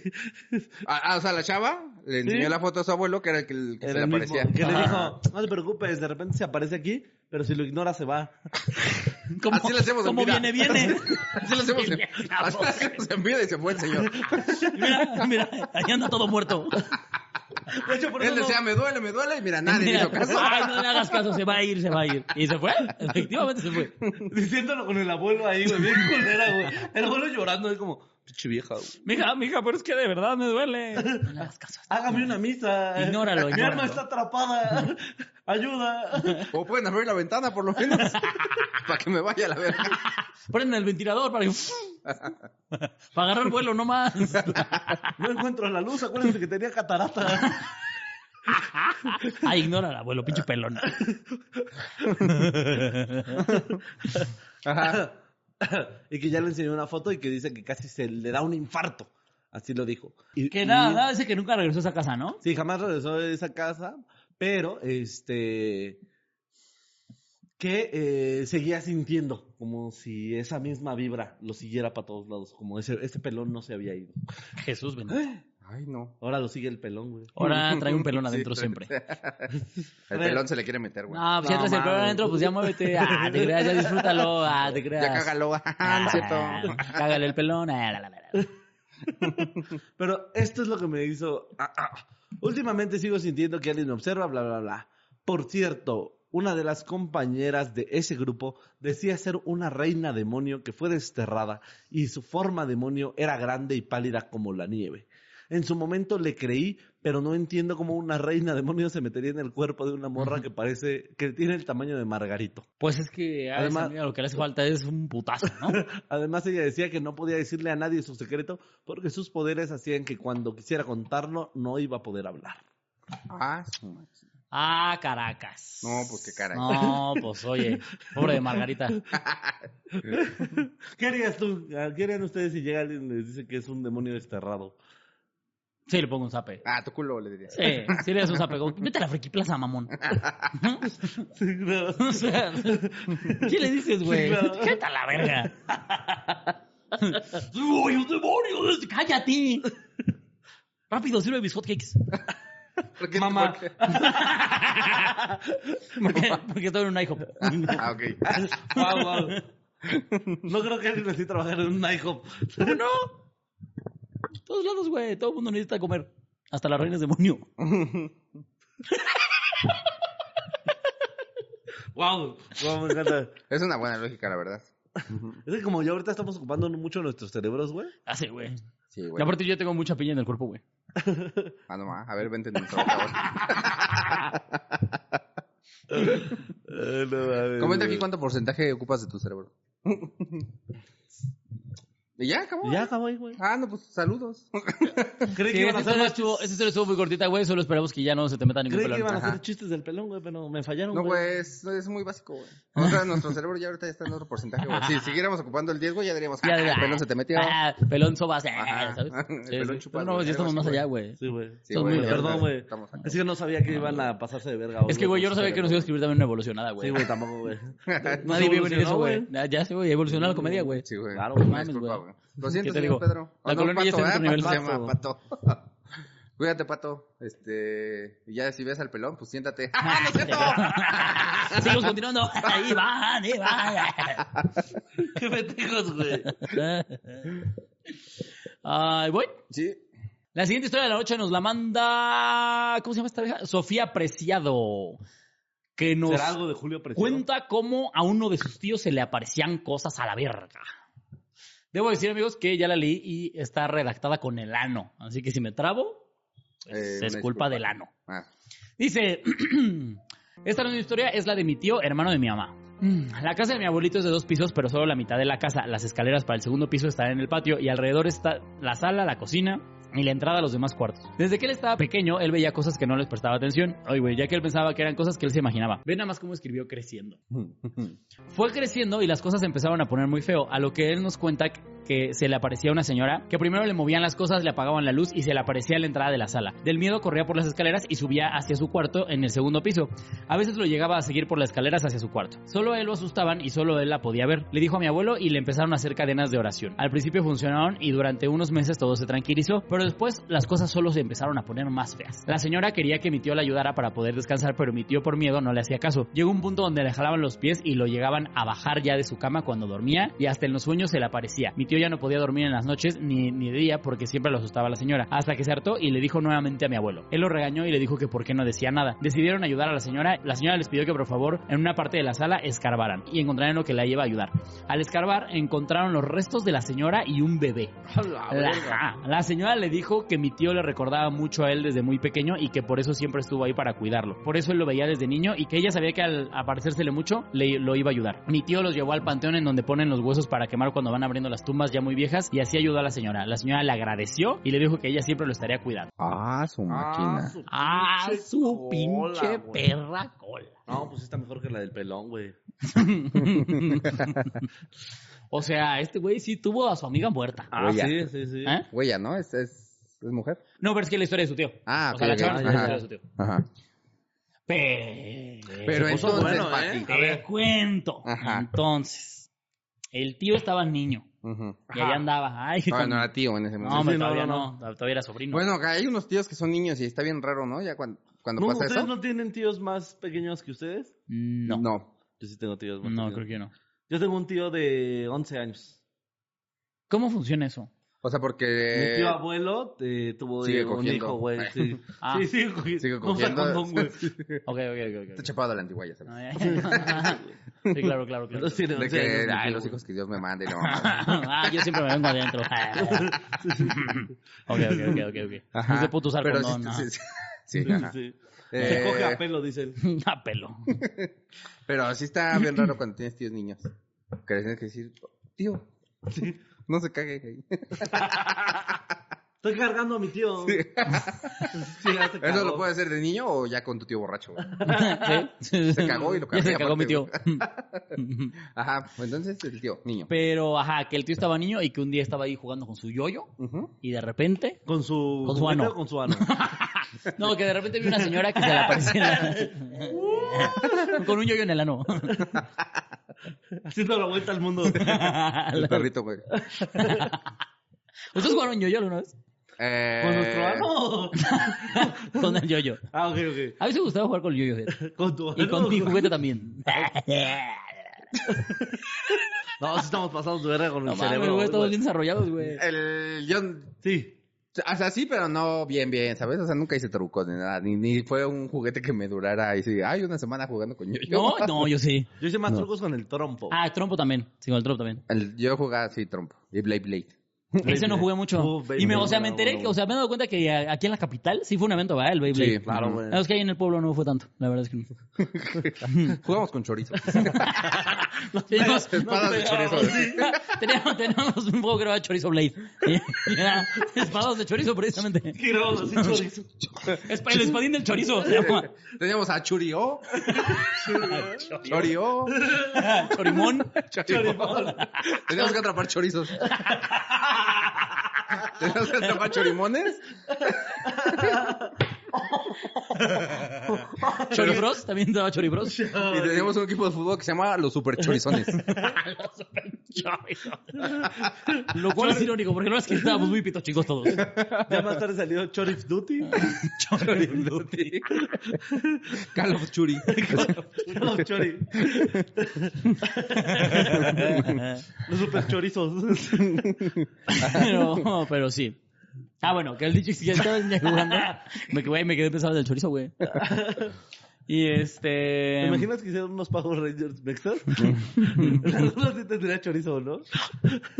Speaker 2: Ah, ah, o sea, la chava le enseñó
Speaker 3: Sí.
Speaker 2: la foto a su abuelo, que era el que, el que se
Speaker 3: Era
Speaker 2: le
Speaker 3: el mismo,
Speaker 2: aparecía.
Speaker 3: que le
Speaker 4: Ah.
Speaker 3: dijo, no te preocupes, de repente se aparece aquí, pero si lo ignora se va.
Speaker 4: ¿Cómo,
Speaker 2: Así lo hacemos en
Speaker 4: cómo
Speaker 2: vida.
Speaker 4: viene, viene?
Speaker 2: Así lo hacemos en, así lo hacemos en vida y se fue el señor.
Speaker 4: Mira, mira, ahí anda todo muerto.
Speaker 3: De hecho, por eso
Speaker 2: Él
Speaker 3: no-
Speaker 2: decía, me duele, me duele, y mira, nadie
Speaker 4: Mira,
Speaker 2: hizo caso.
Speaker 4: Ay, no le hagas caso, se va a ir, se va a ir. Y se fue, efectivamente se fue.
Speaker 3: Diciéndolo con el abuelo ahí, güey, bien culera, güey. El abuelo llorando, es como, pinche vieja, güey.
Speaker 4: Mija, mija, pero es que de verdad me duele. No le hagas caso.
Speaker 3: Hágame una misa.
Speaker 4: Ignóralo,
Speaker 3: Mi
Speaker 4: ignóralo.
Speaker 3: alma está atrapada. Ayuda.
Speaker 2: O pueden abrir la ventana, por lo menos, para que me vaya a la verga.
Speaker 4: Prende el ventilador para que... Para agarrar vuelo nomás.
Speaker 3: No encuentro la luz. Acuérdense que tenía catarata.
Speaker 4: Ay, ignórala, abuelo, pinche pelón.
Speaker 3: y que ya le enseñó una foto y que dice que casi se le da un infarto. Así lo dijo. Y-
Speaker 4: Que
Speaker 3: y-
Speaker 4: nada, nada, dice que nunca regresó a esa casa, ¿no?
Speaker 3: Sí, jamás regresó de esa casa, pero este que eh, seguía sintiendo como si esa misma vibra lo siguiera para todos lados, como ese, ese pelón no se había ido.
Speaker 4: Jesús bendito.
Speaker 7: Ay, no.
Speaker 3: Ahora lo sigue el pelón, güey.
Speaker 4: Ahora trae un pelón
Speaker 7: Sí,
Speaker 4: adentro
Speaker 7: trae-
Speaker 4: siempre.
Speaker 7: El
Speaker 3: ver.
Speaker 7: pelón se le quiere meter, güey.
Speaker 4: No, pues ya
Speaker 3: No,
Speaker 4: traes el pelón
Speaker 3: mames.
Speaker 4: adentro, pues ya muévete. Ah, te creas, ya disfrútalo. Ah, te creas.
Speaker 7: ya cágalo. ajá, no
Speaker 4: Ah,
Speaker 7: es cierto.
Speaker 4: Cágale el pelón. ah, la, la, la, la.
Speaker 3: Pero esto es lo que me hizo. ah, ah. Últimamente sigo sintiendo que alguien me observa, bla, bla, bla. Por cierto, una de las compañeras de ese grupo decía ser una reina demonio que fue desterrada y su forma demonio era grande y pálida como la nieve. En su momento le creí, pero no entiendo cómo una reina demonio se metería en el cuerpo de una morra que parece que tiene el tamaño de Margarito.
Speaker 4: Pues es que a
Speaker 3: Además-
Speaker 4: esa amiga lo que le hace falta es un putazo, ¿no?
Speaker 3: Además, ella decía que no podía decirle a nadie su secreto porque sus poderes hacían que cuando quisiera contarlo no iba a poder hablar.
Speaker 7: Ah, su madre.
Speaker 4: Ah, Caracas.
Speaker 7: No, pues, qué caray.
Speaker 4: No, pues oye, pobre de Margarita.
Speaker 3: ¿Qué harías tú? Ah, ¿Qué harían ustedes si llega alguien y les dice que es un demonio desterrado?
Speaker 4: Sí, le pongo un zape.
Speaker 7: Ah, tu culo le diría.
Speaker 4: Sí, sí le das un zape. como, Vete a la friki plaza, mamón.
Speaker 3: Sí, claro.
Speaker 4: O sea, ¿qué le dices, güey?
Speaker 3: Sí, claro.
Speaker 4: Cállate a la verga. ¡Uy, un demonio! este, ¡Cállate! Rápido, sirve mis hotcakes.
Speaker 7: ¿Por qué-
Speaker 3: Mamá.
Speaker 7: por qué?
Speaker 4: Porque, porque estoy en un IHOP.
Speaker 7: Ah, ok.
Speaker 3: Guau, guau. No creo que alguien así trabajara en un IHOP.
Speaker 4: ¿Cómo no? Todos lados, güey. Todo el mundo necesita comer. Hasta las reinas demonio.
Speaker 3: Wow, wow, me encanta.
Speaker 7: Es una buena lógica, la verdad.
Speaker 3: Es que como ya ahorita estamos ocupando mucho nuestros cerebros, güey.
Speaker 4: Hace, güey.
Speaker 7: Sí,
Speaker 4: Y
Speaker 7: güey.
Speaker 4: aparte yo tengo mucha piña en el cuerpo, güey.
Speaker 7: Ah, no, ma. A ver, vente en nuestro favor.
Speaker 3: Eh, no mames,
Speaker 7: Comenta
Speaker 3: güey.
Speaker 7: aquí cuánto porcentaje ocupas de tu cerebro. ¿Y ya acabó?
Speaker 3: Ya acabó, ahí, güey.
Speaker 7: Ah, no, pues saludos.
Speaker 3: Creí
Speaker 4: Sí,
Speaker 3: que iban
Speaker 4: esta
Speaker 3: a hacer
Speaker 4: historia
Speaker 3: más
Speaker 4: estuvo, esta historia estuvo muy cortita, güey. Solo esperamos que ya no se te meta ningún
Speaker 3: Creí que
Speaker 4: pelón.
Speaker 3: iban a hacer
Speaker 7: Ajá.
Speaker 3: chistes del pelón, güey, pero me fallaron,
Speaker 7: No, güey, es, es muy básico, güey. O sea, nuestro cerebro ya ahorita está en otro porcentaje, güey. Si siguiéramos ocupando el 10, güey, ya diríamos,
Speaker 4: Ya,
Speaker 7: "Ah, el
Speaker 4: ah,
Speaker 7: pelón se te metió.
Speaker 4: ah, pelón sobas, eh,
Speaker 7: Ajá.
Speaker 4: ¿sabes?
Speaker 7: El
Speaker 4: Sí,
Speaker 7: pelón
Speaker 4: sí.
Speaker 7: chupado,
Speaker 4: No,
Speaker 7: güey,
Speaker 4: ya estamos
Speaker 7: algo
Speaker 4: más
Speaker 7: así,
Speaker 4: allá, güey.
Speaker 3: Sí, güey.
Speaker 7: Sí,
Speaker 4: Son
Speaker 7: güey,
Speaker 4: muy-
Speaker 7: la
Speaker 3: Perdón,
Speaker 7: verdad,
Speaker 3: güey.
Speaker 7: estamos acá.
Speaker 3: Es que no sabía que iban a pasarse de verga.
Speaker 4: Es que, güey, yo no sabía que nos iba a escribir también una evolucionada, güey.
Speaker 3: Sí, güey, tampoco, güey.
Speaker 4: Nadie vio venir
Speaker 3: evolucionó,
Speaker 4: eso, güey. Ya, ya sé, güey, evolucionó la comedia, güey.
Speaker 7: Sí, güey.
Speaker 3: Claro,
Speaker 7: Una
Speaker 4: mames,
Speaker 7: disculpa,
Speaker 4: güey.
Speaker 7: güey. Lo siento,
Speaker 4: te
Speaker 7: señor
Speaker 4: digo?
Speaker 7: Pedro. Ah, O
Speaker 4: La colonia ya está en otro nivel.
Speaker 7: ¿eh? Pato se llama Pato. Cuídate, Pato. Este, y ya si ves al pelón, pues siéntate. ¡Ah, no es cierto!
Speaker 4: Ah, Seguimos continuando. Ahí van, ahí van.
Speaker 3: Qué pendejos, güey.
Speaker 4: Ay, voy.
Speaker 7: Sí. eh,
Speaker 4: La siguiente historia de la noche nos la manda. ¿Cómo se llama esta vieja? Sofía Preciado. Que nos
Speaker 3: ¿Será algo de Julio Preciado?
Speaker 4: cuenta cómo a uno de sus tíos se le aparecían cosas a la verga. Debo decir, amigos, que ya la leí y está redactada con el ano. Así que si me trabo, pues,
Speaker 7: Eh,
Speaker 4: es
Speaker 7: una disculpa.
Speaker 4: culpa del ano.
Speaker 7: Ah,
Speaker 4: Dice, esta no es mi historia, es la de mi tío, hermano de mi mamá. Mm, La casa de mi abuelito es de dos pisos, pero solo la mitad de la casa. Las escaleras para el segundo piso están en el patio y alrededor está la sala, la cocina y la entrada a los demás cuartos. Desde que él estaba pequeño, él veía cosas que no les prestaba atención. Ay, güey, ya que él pensaba que eran cosas que él se imaginaba. Ve nada más cómo escribió creciendo. Fue creciendo y las cosas se empezaron a poner muy feo, a lo que él nos cuenta que se le aparecía una señora, que primero le movían las cosas, le apagaban la luz y se le aparecía a la entrada de la sala. Del miedo corría por las escaleras y subía hacia su cuarto en el segundo piso. A veces lo llegaba a seguir por las escaleras hacia su cuarto. Solo a él lo asustaban y solo él la podía ver. Le dijo a mi abuelo y le empezaron a hacer cadenas de oración. Al principio funcionaron y durante unos meses todo se tranquilizó, pero después las cosas solo se empezaron a poner más feas. La señora quería que mi tío la ayudara para poder descansar, pero mi tío por miedo no le hacía caso. Llegó un punto donde le jalaban los pies y lo llegaban a bajar ya de su cama cuando dormía y hasta en los sueños se le aparecía. Mi tío ya no podía dormir en las noches ni, ni de día porque siempre lo asustaba la señora, hasta que se hartó y le dijo nuevamente a mi abuelo. Él lo regañó y le dijo que por qué no decía nada. Decidieron ayudar a la señora, la señora les pidió que por favor en una parte de la sala escarbaran y encontraran lo que la iba a ayudar. Al escarbar encontraron los restos de la señora y un bebé. La, ajá. La señora le dijo que mi tío le recordaba mucho a él desde muy pequeño y que por eso siempre estuvo ahí para cuidarlo. Por eso él lo veía desde niño y que ella sabía que al aparecérsele mucho le, lo iba a ayudar. Mi tío los llevó al panteón en donde ponen los huesos para quemar cuando van abriendo las tumbas ya muy viejas y así ayudó a la señora. La señora le agradeció y le dijo que ella siempre lo estaría cuidando.
Speaker 7: ah su máquina.
Speaker 3: su
Speaker 4: Ah,
Speaker 3: pinche
Speaker 4: su
Speaker 3: cola,
Speaker 4: pinche
Speaker 3: güey.
Speaker 4: perra cola.
Speaker 3: No, pues sí está mejor que la del pelón, güey.
Speaker 4: O sea, este güey sí tuvo a su amiga muerta.
Speaker 2: Ah, Huella.
Speaker 3: sí, sí, sí.
Speaker 4: ¿Eh?
Speaker 2: Huella, ¿no? Es, es, es mujer.
Speaker 4: No, pero es que es la historia de su tío.
Speaker 2: Ah,
Speaker 4: o sea, la
Speaker 2: ok,
Speaker 4: chava
Speaker 2: ok.
Speaker 4: no es la
Speaker 2: Ajá.
Speaker 4: historia de su tío.
Speaker 2: Ajá.
Speaker 4: Pero,
Speaker 2: Pero
Speaker 4: se puso
Speaker 2: entonces,
Speaker 4: bueno.
Speaker 2: Pati.
Speaker 3: eh,
Speaker 4: te cuento.
Speaker 2: Ajá.
Speaker 4: Entonces, el tío estaba niño
Speaker 2: Ujú.
Speaker 4: y ahí andaba. Ay,
Speaker 2: No,
Speaker 4: con-
Speaker 2: no era tío en ese
Speaker 4: No,
Speaker 2: momento.
Speaker 4: hombre,
Speaker 3: Sí, no,
Speaker 4: todavía
Speaker 3: no,
Speaker 4: no, todavía era sobrino.
Speaker 2: Bueno, acá hay unos tíos que son niños y está bien raro, ¿no? Ya cuando, cuando
Speaker 3: No,
Speaker 2: pasa
Speaker 3: ¿Ustedes
Speaker 2: eso.
Speaker 3: no tienen tíos más pequeños que ustedes?
Speaker 4: no, no,
Speaker 2: No.
Speaker 3: Yo sí tengo tíos más pequeños.
Speaker 4: creo que no.
Speaker 3: Yo tengo un tío de 11 años.
Speaker 4: ¿Cómo funciona eso?
Speaker 2: O sea,
Speaker 3: Mi
Speaker 2: porque.
Speaker 3: tío abuelo eh, tuvo
Speaker 2: sigue
Speaker 3: eh, un
Speaker 2: cogiendo.
Speaker 3: hijo, güey. Sí,
Speaker 4: Ah.
Speaker 3: sí, sigue cogiendo.
Speaker 2: Sigue
Speaker 3: No usa
Speaker 2: cogiendo.
Speaker 3: condón, güey.
Speaker 4: Ok, ok, ok. ok.
Speaker 2: Está chapado de la antigua, ya
Speaker 4: No,
Speaker 2: sabes.
Speaker 4: ya, ya. Sí, claro, claro, claro.
Speaker 3: Entonces tiene
Speaker 2: De
Speaker 3: 11
Speaker 2: que,
Speaker 3: años, mi
Speaker 2: ay,
Speaker 3: tío,
Speaker 2: los
Speaker 3: güey.
Speaker 2: hijos que Dios me mande, la mamada.
Speaker 4: ah, yo siempre me vengo adentro. ok, ok, ok, ok. okay.
Speaker 2: Ajá.
Speaker 4: No se puede usar
Speaker 2: Pero
Speaker 4: condón,
Speaker 2: sí,
Speaker 4: no.
Speaker 2: sí, sí. Sí,
Speaker 3: Sí,
Speaker 2: ajá.
Speaker 3: sí.
Speaker 2: Eh,
Speaker 3: Se coge a pelo, dicen.
Speaker 4: A ah. pelo.
Speaker 2: Pero sí está bien raro cuando tienes tíos niños. Que les tienes que decir, tío, no se cague ahí.
Speaker 3: Estoy cargando a mi tío.
Speaker 2: Sí.
Speaker 3: Sí, ya se
Speaker 2: ¿Eso
Speaker 3: cagó.
Speaker 2: lo puedes hacer de niño o ya con tu tío borracho? güey?
Speaker 4: ¿Sí?
Speaker 2: Se cagó y lo
Speaker 4: Ya se
Speaker 2: cargué,
Speaker 4: cagó mi tío.
Speaker 2: aparte, Ajá, pues entonces el tío, niño.
Speaker 4: Pero, ajá, que el tío estaba niño y que un día estaba ahí jugando con su yoyo
Speaker 2: Ujú.
Speaker 4: y de repente...
Speaker 3: Con su...
Speaker 4: Con su
Speaker 3: juguete
Speaker 4: ano.
Speaker 3: o Con su ano.
Speaker 4: No, que de repente vi una señora que se le aparecía en la- con un yoyo en el ano.
Speaker 3: Haciendo la vuelta al mundo.
Speaker 2: El perrito, güey.
Speaker 4: ¿Ustedes jugaron yoyo alguna vez?
Speaker 2: Eh,
Speaker 3: ¿Con nuestro ano?
Speaker 4: Con el yoyo.
Speaker 3: Ah, ok, ok.
Speaker 4: A mí me gustaba jugar con el yoyo. fíjate.
Speaker 3: Con tu ano.
Speaker 4: Y con mi juguete también.
Speaker 3: No, sí estamos pasados de verga con
Speaker 4: No
Speaker 3: el
Speaker 4: mames,
Speaker 3: cerebro.
Speaker 4: güey,
Speaker 3: güey,
Speaker 4: todos
Speaker 3: güey.
Speaker 4: bien desarrollados, güey.
Speaker 2: El, yo
Speaker 3: Sí.
Speaker 2: O sea, sí, pero no bien, bien, ¿sabes? O sea, nunca hice trucos ni nada. Ni, ni fue un juguete que me durara. Y sí, ay, una semana jugando con yo.
Speaker 4: No, no, yo sí.
Speaker 3: Yo hice más trucos con el trompo.
Speaker 4: Ah, trompo también. Sí, con el trompo también.
Speaker 2: El- yo jugaba así, trompo. Y Blade Blade.
Speaker 4: Ese no jugué mucho.
Speaker 3: Uh, Beyblade,
Speaker 4: y me, o sea,
Speaker 3: bueno,
Speaker 4: me enteré,
Speaker 3: bueno,
Speaker 4: que, o sea, me he dado cuenta que a- aquí en la capital sí fue un evento, ¿verdad? El Beyblade.
Speaker 2: Sí, claro,
Speaker 3: güey.
Speaker 4: No, es que ahí en el pueblo no fue tanto, la verdad es que no.
Speaker 2: Jugamos con chorizo.
Speaker 4: Teníamos,
Speaker 2: espadas de chorizo.
Speaker 4: teníamos, teníamos un juego que era Chorizo Blade. Y era espadas de chorizo, precisamente.
Speaker 3: Giramos así, chorizo.
Speaker 4: Espa- el espadín del chorizo se llama.
Speaker 2: Teníamos a Churio. Chorio.
Speaker 4: Chorimón.
Speaker 2: Chorimón. Teníamos que atrapar chorizos. Teníamos que atrapar chorimones.
Speaker 4: Choribros, también se llama Choribros.
Speaker 2: Y teníamos un equipo de fútbol que se llamaba Los Super Chorizones.
Speaker 4: Lo cual es irónico, porque no es que estábamos muy pito chicos todos.
Speaker 3: Ya más tarde salió Chorif Duty.
Speaker 4: Chorif Duty.
Speaker 2: Call of Churi.
Speaker 3: No, Chori. Los super chorizos.
Speaker 4: Pero, pero sí. Ah, bueno, que el dicho es que estaba el niño jugando. Me, que- güey, me quedé pensando del chorizo, güey. Y este.
Speaker 3: ¿Te imaginas que hicieron unos Power Rangers mexas? Algunos sí tendría chorizo, ¿no?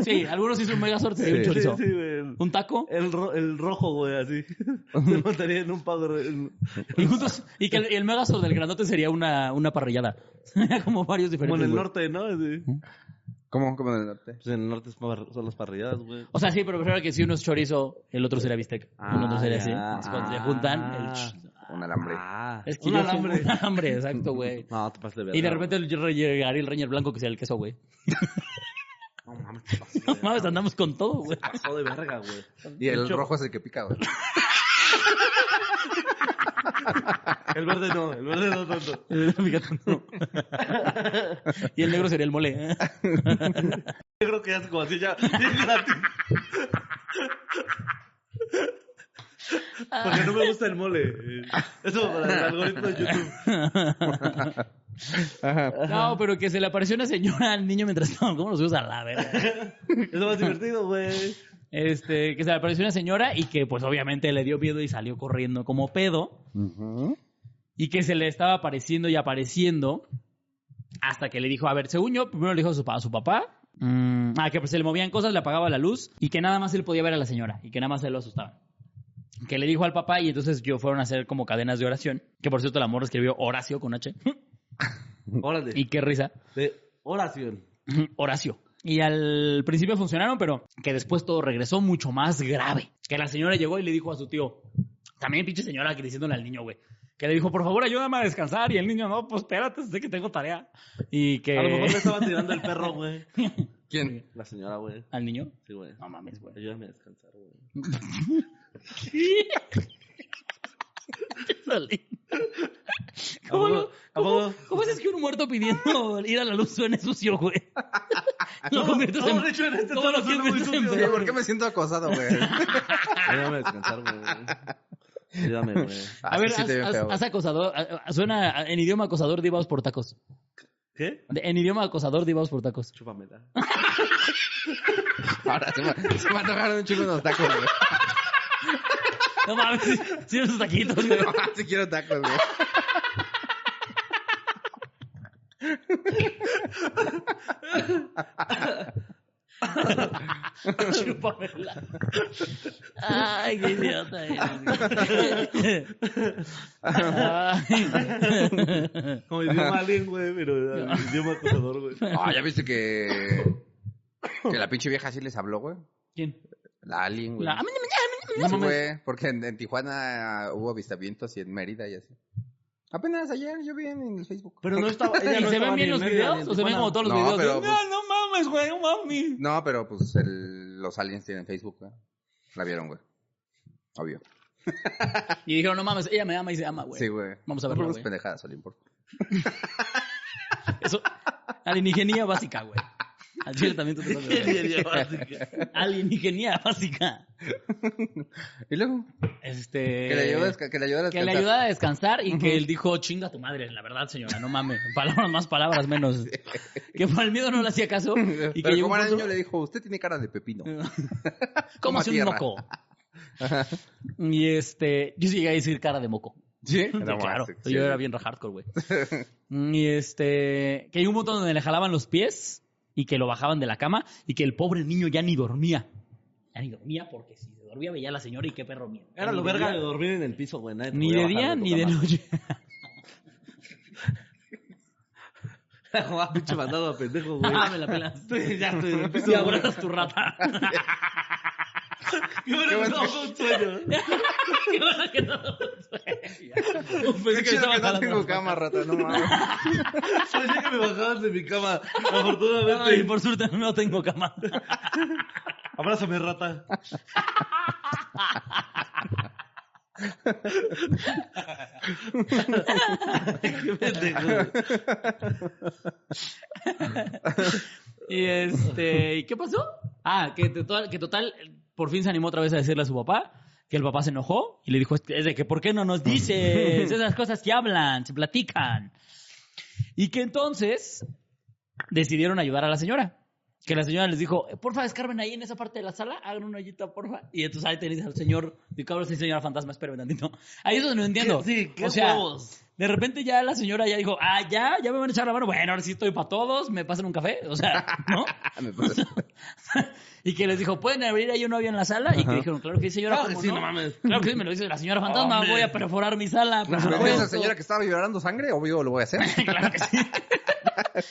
Speaker 4: Sí, algunos hizo un mega sorte de un
Speaker 2: Sí,
Speaker 4: chorizo.
Speaker 3: Sí, sí, güey.
Speaker 4: Un taco.
Speaker 3: El, ro- el rojo, güey, así. Se montaría en un Power Ranger.
Speaker 4: Y juntos. Y que el, el mega sorte del grandote sería una, una parrillada. Como varios
Speaker 3: Como
Speaker 4: diferentes.
Speaker 3: en el
Speaker 4: güey.
Speaker 3: norte, ¿no? Así.
Speaker 2: ¿Cómo? ¿Cómo en el norte?
Speaker 3: Pues en el norte es par- son las parrilladas, güey.
Speaker 4: O sea, sí, pero prefiero que si uno es chorizo, el otro será bistec. el otro sería así.
Speaker 3: Ah, ya.
Speaker 4: Es cuando se juntan, el ch-
Speaker 2: Un alambre.
Speaker 3: Ah,
Speaker 4: Es que
Speaker 3: un
Speaker 4: yo soy
Speaker 3: alambre.
Speaker 4: muy- alambre, exacto, güey.
Speaker 3: No, te pasas de verga.
Speaker 4: Y de repente el llegaría el Ranger blanco que sea el queso, güey. No mames, andamos con todo, güey.
Speaker 3: pasó de verga, güey.
Speaker 2: Y el rojo es el que pica, güey.
Speaker 3: El verde no, el verde no tanto.
Speaker 4: Fíjate, no. y el negro sería el mole.
Speaker 3: Yo creo que ya es como así, ya. bien gratis. Porque no me gusta el mole. Eso para el algoritmo de YouTube.
Speaker 4: No, pero que se le apareció una señora al niño mientras estaban. ¿Cómo nos subimos a la verga?
Speaker 3: Es lo más divertido, güey.
Speaker 4: Este, que se le apareció una señora y que, pues, obviamente le dio miedo y salió corriendo como pedo. Y que se le estaba apareciendo y apareciendo. Hasta que le dijo, a ver, según yo, primero le dijo a su, pa- a su papá. mm, ah, que pues, se le movían cosas, le apagaba la luz. Y que nada más él podía ver a la señora. Y que nada más él lo asustaba. Que le dijo al papá y entonces yo fueron a hacer como cadenas de oración. Que por cierto, el amor escribió Horacio con H.
Speaker 3: Órale.
Speaker 4: y qué risa.
Speaker 3: De oración.
Speaker 4: Horacio. Y al principio funcionaron, pero que después todo regresó mucho más grave. Que la señora llegó y le dijo a su tío, también pinche señora que diciéndole al niño, güey, que le dijo, por favor, ayúdame a descansar. Y el niño, no, pues espérate, sé que tengo tarea. Y que...
Speaker 3: A lo mejor le estaban tirando el perro, güey.
Speaker 2: ¿Quién?
Speaker 3: La señora, güey.
Speaker 4: ¿Al niño?
Speaker 3: Sí, güey.
Speaker 4: No mames, güey.
Speaker 3: Ayúdame a descansar, güey.
Speaker 4: Chale. ¿Cómo,
Speaker 3: poco-
Speaker 4: lo-
Speaker 3: a poco-
Speaker 4: cómo- cómo es que un muerto pidiendo ir a la luz suena sucio, güey? Lo conviertes en...
Speaker 3: No, de hecho, en este
Speaker 4: todo lo
Speaker 3: tono suena muy
Speaker 4: conviertes en
Speaker 3: sucio.
Speaker 2: Oye, ¿por qué me siento acosado, güey?
Speaker 3: Ayúdame a descansar, güey. Ayúdame, güey.
Speaker 4: A
Speaker 2: Ah,
Speaker 4: ver,
Speaker 2: sí,
Speaker 4: haz,
Speaker 2: te veo
Speaker 4: haz-
Speaker 2: feo, güey.
Speaker 4: haz acosador. a- a- Suena en idioma acosador, divaos por tacos.
Speaker 3: ¿Qué?
Speaker 4: De- En idioma acosador, divaos por tacos.
Speaker 3: Chúpamela.
Speaker 2: Ahora se me, se me antojaron un chico unos tacos, güey.
Speaker 4: No mames, sí, sí, esos taquitos, güey.
Speaker 2: Si quiero tacos, güey.
Speaker 4: Chúpamela. Ay, qué idiota eres. Ay.
Speaker 3: Como idioma alien, güey, pero ah, idioma acusador, güey.
Speaker 2: Ah, ya viste que. Que la pinche vieja sí les habló, güey.
Speaker 4: ¿Quién?
Speaker 2: La alien, güey.
Speaker 4: La-
Speaker 2: Sí, güey, porque en, en Tijuana ah, hubo avistamientos y en Mérida y así. Apenas ayer yo vi en, en el Facebook.
Speaker 3: Pero no estaba. ella
Speaker 4: ¿Y
Speaker 3: no
Speaker 4: se
Speaker 3: estaba
Speaker 4: ven
Speaker 3: ni
Speaker 4: bien
Speaker 3: en
Speaker 4: los
Speaker 3: Mérida, ni
Speaker 4: videos?
Speaker 3: en
Speaker 4: ¿O se ven
Speaker 3: Tijuana.
Speaker 4: como todos los
Speaker 2: No,
Speaker 4: videos?
Speaker 2: pero,
Speaker 4: No, no mames, güey, no mames.
Speaker 2: No, pero pues el- los aliens tienen Facebook, güey. La vieron, güey. Obvio.
Speaker 4: Y dijeron, no mames, ella me ama y se ama, güey.
Speaker 2: Sí, güey.
Speaker 4: Vamos a
Speaker 2: No
Speaker 4: verlo,
Speaker 2: pongas
Speaker 4: güey.
Speaker 2: pendejadas, Olim, por favor.
Speaker 4: Eso, alienígena básica, güey. Al chile también tú te pasas, güey. Alienígena básica.
Speaker 2: Y luego,
Speaker 4: Este...
Speaker 2: que le ayuda a desca- que le ayuda a
Speaker 4: que le
Speaker 2: descansar.
Speaker 4: ayuda a descansar y que él dijo, chinga tu madre, la verdad, señora, no mames. Palabras más, palabras menos. Que por el miedo no le hacía caso. Y que
Speaker 2: Pero
Speaker 4: llegó
Speaker 2: como
Speaker 4: un
Speaker 2: al
Speaker 4: punto,
Speaker 2: niño le dijo, usted tiene cara de pepino.
Speaker 4: como
Speaker 2: como
Speaker 4: si un
Speaker 2: tierra.
Speaker 4: moco. Y este, yo sí llegué a decir cara de moco.
Speaker 2: ¿Sí?
Speaker 4: Sí, claro, yo era bien hardcore, güey. Mm, Y este, que hay un montón donde le jalaban los pies y que lo bajaban de la cama y que el pobre niño ya ni dormía. Ya ni dormía porque si se dormía veía a la señora y qué perro miedo.
Speaker 3: Era lo
Speaker 4: Ni de
Speaker 3: verga de
Speaker 4: día-
Speaker 3: dormir en el piso, güey. nadie te
Speaker 4: Ni
Speaker 3: podía
Speaker 4: de
Speaker 3: bajar
Speaker 4: día
Speaker 3: tu
Speaker 4: ni de
Speaker 3: cama.
Speaker 4: noche.
Speaker 3: Ah, Pinche mandado a pendejo, güey.
Speaker 4: Ah, me la pelas.
Speaker 3: Estoy- Ya estoy en el piso.
Speaker 4: Y abrazas tu rata.
Speaker 3: Qué bueno que no fue un sueño.
Speaker 4: Qué bueno que no. Uf,
Speaker 2: Es
Speaker 4: pensé Pues que
Speaker 2: que
Speaker 4: estaba
Speaker 2: no
Speaker 4: jalando
Speaker 2: tengo
Speaker 4: las patas.
Speaker 2: cama, rata, no mames.
Speaker 3: Soñé que me bajabas de mi cama.
Speaker 4: Ay,
Speaker 3: Afortunadamente.
Speaker 4: Ah, por suerte no tengo cama.
Speaker 3: Abrázame, rata. Qué pendejo. güey.
Speaker 4: Y este, ¿y qué pasó? Ah, que total, que total, por fin se animó otra vez a decirle a su papá que el papá se enojó y le dijo, es de que ¿por qué no nos dices esas cosas que hablan, se platican? Y que entonces decidieron ayudar a la señora. Que la señora les dijo, "Eh, porfa, descarben ahí en esa parte de la sala, hagan una ollita, porfa. Y entonces ahí tenéis al señor, digo, cabrón, sí, señora fantasma, espérame tantito. Ahí eso no entiendo.
Speaker 3: Sí, qué
Speaker 4: O sea,
Speaker 3: huevos.
Speaker 4: de repente ya la señora ya dijo, ah, ya, ya me van a echar la mano. Bueno, ahora sí estoy para todos, me pasan un café, o sea, ¿no?
Speaker 2: Ah, me pasa.
Speaker 4: Y que les dijo, ¿pueden abrir ahí un novio en la sala? Y que dijeron, claro que sí, señora,
Speaker 3: Claro que
Speaker 4: ¿cómo
Speaker 3: sí,
Speaker 4: no?
Speaker 3: no mames.
Speaker 4: Claro que sí, me lo dice la señora fantasma,
Speaker 3: Hombre.
Speaker 4: voy a perforar mi sala. por
Speaker 2: Pero
Speaker 4: supuesto.
Speaker 2: esa señora que estaba llorando sangre, obvio lo voy a hacer.
Speaker 4: Claro que sí.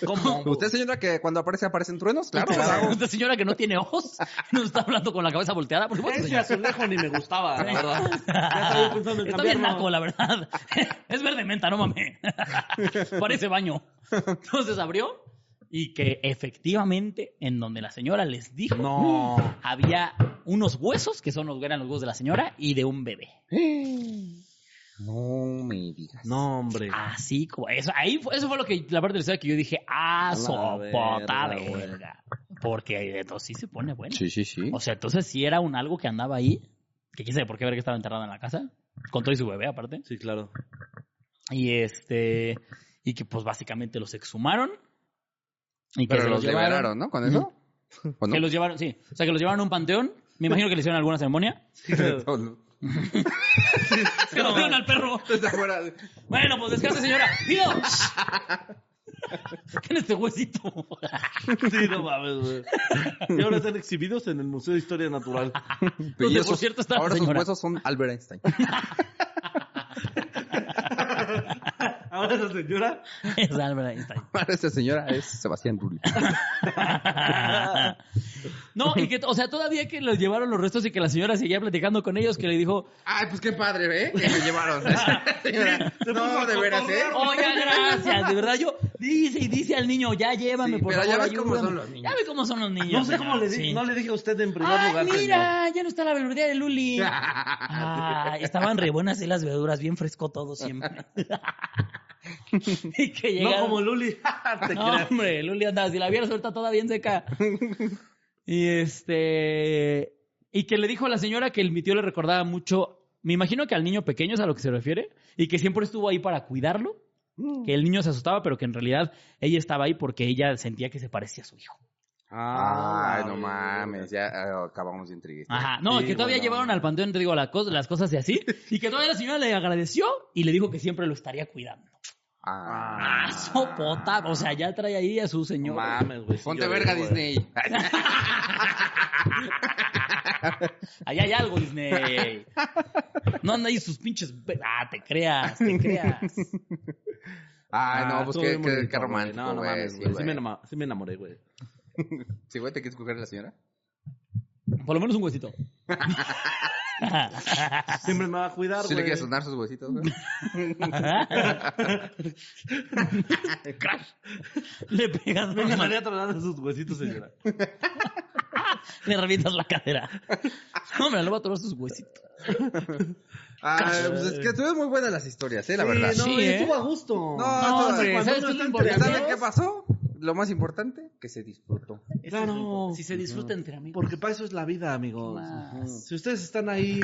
Speaker 4: ¿Cómo?
Speaker 2: ¿Usted, señora, que cuando aparece aparecen truenos? Claro, lo hago.
Speaker 4: Esta señora que no tiene ojos, nos está hablando con la cabeza volteada, por supuesto.
Speaker 3: Ese
Speaker 4: señora.
Speaker 3: azulejo ni me gustaba, la verdad. Ya estaba pensando en
Speaker 4: Está bien
Speaker 3: cambiarlo.
Speaker 4: naco, la verdad. Es verde menta, no mames. Parece baño. Entonces abrió y que efectivamente, en donde la señora les dijo, "Mm,
Speaker 3: No.
Speaker 4: había unos huesos, que son los eran los huesos de la señora, y de un bebé.
Speaker 2: No me digas.
Speaker 3: No, hombre.
Speaker 4: Así como eso. Ahí fue, eso fue lo que la parte tercera que yo dije, ah,
Speaker 3: A la
Speaker 4: sopota
Speaker 3: verga, güey.
Speaker 4: verga. Porque entonces sí se pone bueno.
Speaker 2: Sí, sí, sí.
Speaker 4: O sea, entonces sí era un algo que andaba ahí, que quién sabe por qué ver que estaba enterrado en la casa, con todo y su bebé aparte.
Speaker 3: Sí, claro.
Speaker 4: Y este, y que pues básicamente los exhumaron. Y que
Speaker 2: Pero
Speaker 4: se
Speaker 2: los
Speaker 4: llevaron-
Speaker 2: liberaron, ¿no? Con eso. ¿O no?
Speaker 4: Que los llevaron, sí. O sea, que los llevaron a un panteón. Me imagino que le hicieron alguna ceremonia. Se lo dieron al perro.
Speaker 2: ¿Te acuerdas?
Speaker 4: Bueno, pues descanse, señora. ¡Pido! ¿Qué en este huesito?
Speaker 3: Sí, no mames, güey. Y ahora están exhibidos en el Museo de Historia Natural.
Speaker 4: Donde,
Speaker 2: Y
Speaker 4: por
Speaker 2: esos-
Speaker 4: cierto, está la
Speaker 2: Ahora sus
Speaker 4: señora.
Speaker 2: huesos son Albert Einstein.
Speaker 3: Ahora esa señora.
Speaker 4: Es Álvaro Einstein.
Speaker 2: Para esta señora es Sebastián Rulli.
Speaker 4: No, y que, o sea, todavía que los llevaron los restos y que la señora seguía platicando con ellos, que le dijo,
Speaker 2: Ay, pues qué padre, ¿eh? Que me llevaron. Señora, no, de veras, ¿eh?
Speaker 4: oiga, Oh, gracias, de verdad, yo, dice y dice al niño, ya llévame,
Speaker 2: Sí,
Speaker 4: por
Speaker 2: pero ya
Speaker 4: favor,
Speaker 2: ves cómo
Speaker 4: ayúdame".
Speaker 2: son los niños.
Speaker 4: Ya ve cómo son los niños.
Speaker 3: No sé cómo le dije,
Speaker 4: sí.
Speaker 3: no le dije a usted en primer
Speaker 4: Ay,
Speaker 3: lugar. señor.
Speaker 4: mira, ya no está la verdura de Luli. Ah, estaban re buenas eh, las verduras, bien fresco todo siempre. y que llegaron.
Speaker 3: No como Luli. Te
Speaker 4: No,
Speaker 3: creas.
Speaker 4: hombre, Luli andaba, si la hubiera suelta toda bien seca. y este. Y que le dijo a la señora que el, mi tío le recordaba mucho. Me imagino que al niño pequeño es a lo que se refiere. Y que siempre estuvo ahí para cuidarlo.
Speaker 3: Mm.
Speaker 4: Que el niño se asustaba, pero que en realidad ella estaba ahí porque ella sentía que se parecía a su hijo.
Speaker 2: Ay, no mames, ya ah, acabamos de intrigar.
Speaker 4: Ajá. No,
Speaker 3: Sí,
Speaker 4: que todavía
Speaker 3: bueno.
Speaker 4: llevaron al panteón, te digo, la cos- las cosas y así. Y que todavía la señora le agradeció y le dijo que siempre lo estaría cuidando. Ah, sopota. O sea, ya trae ahí a su
Speaker 3: No
Speaker 4: señor.
Speaker 3: mames, güey. sí
Speaker 2: Ponte
Speaker 3: lloré,
Speaker 2: verga,
Speaker 3: güey.
Speaker 2: Disney.
Speaker 4: Allá hay algo, Disney. No anda ahí sus pinches. Ah, te creas, te creas.
Speaker 3: Ah,
Speaker 2: Ay, no, pues
Speaker 3: estuvo
Speaker 2: qué,
Speaker 3: bien
Speaker 2: qué,
Speaker 3: bonito,
Speaker 2: qué
Speaker 3: güey.
Speaker 2: romántico,
Speaker 3: No, no
Speaker 2: güey,
Speaker 3: mames,
Speaker 2: sí,
Speaker 3: güey. Sí
Speaker 2: güey.
Speaker 3: me enamoré, sí me enamoré, güey.
Speaker 2: Sí, güey, ¿te quieres coger a la señora?
Speaker 4: Por lo menos un huesito.
Speaker 3: Siempre me va a cuidar,
Speaker 2: ¿Sí
Speaker 3: güey.
Speaker 2: le quieres sonar sus huesitos, güey?
Speaker 4: Crash. Le pegas
Speaker 3: Me
Speaker 4: una
Speaker 3: encantaría tratar de sus huesitos, señora.
Speaker 4: le revientas la cadera. No, me lo va a tomar sus huesitos.
Speaker 2: Ah, pues es que estuvieron muy buenas las historias, eh, la verdad.
Speaker 3: Sí, no,
Speaker 4: Sí,
Speaker 3: y
Speaker 4: ¿eh?
Speaker 3: estuvo a gusto.
Speaker 2: No,
Speaker 4: No,
Speaker 2: todo-
Speaker 4: hombre,
Speaker 3: cuando
Speaker 4: ¿sabes
Speaker 3: uno
Speaker 4: qué es lo
Speaker 3: está
Speaker 2: Pero ¿Saben
Speaker 4: importante?
Speaker 2: qué pasó? Lo más importante, que se disfrutó.
Speaker 4: Eso es lo importante. Si se disfruta entre amigos.
Speaker 3: Porque para eso es la vida, amigos.
Speaker 4: Más.
Speaker 3: Si ustedes están ahí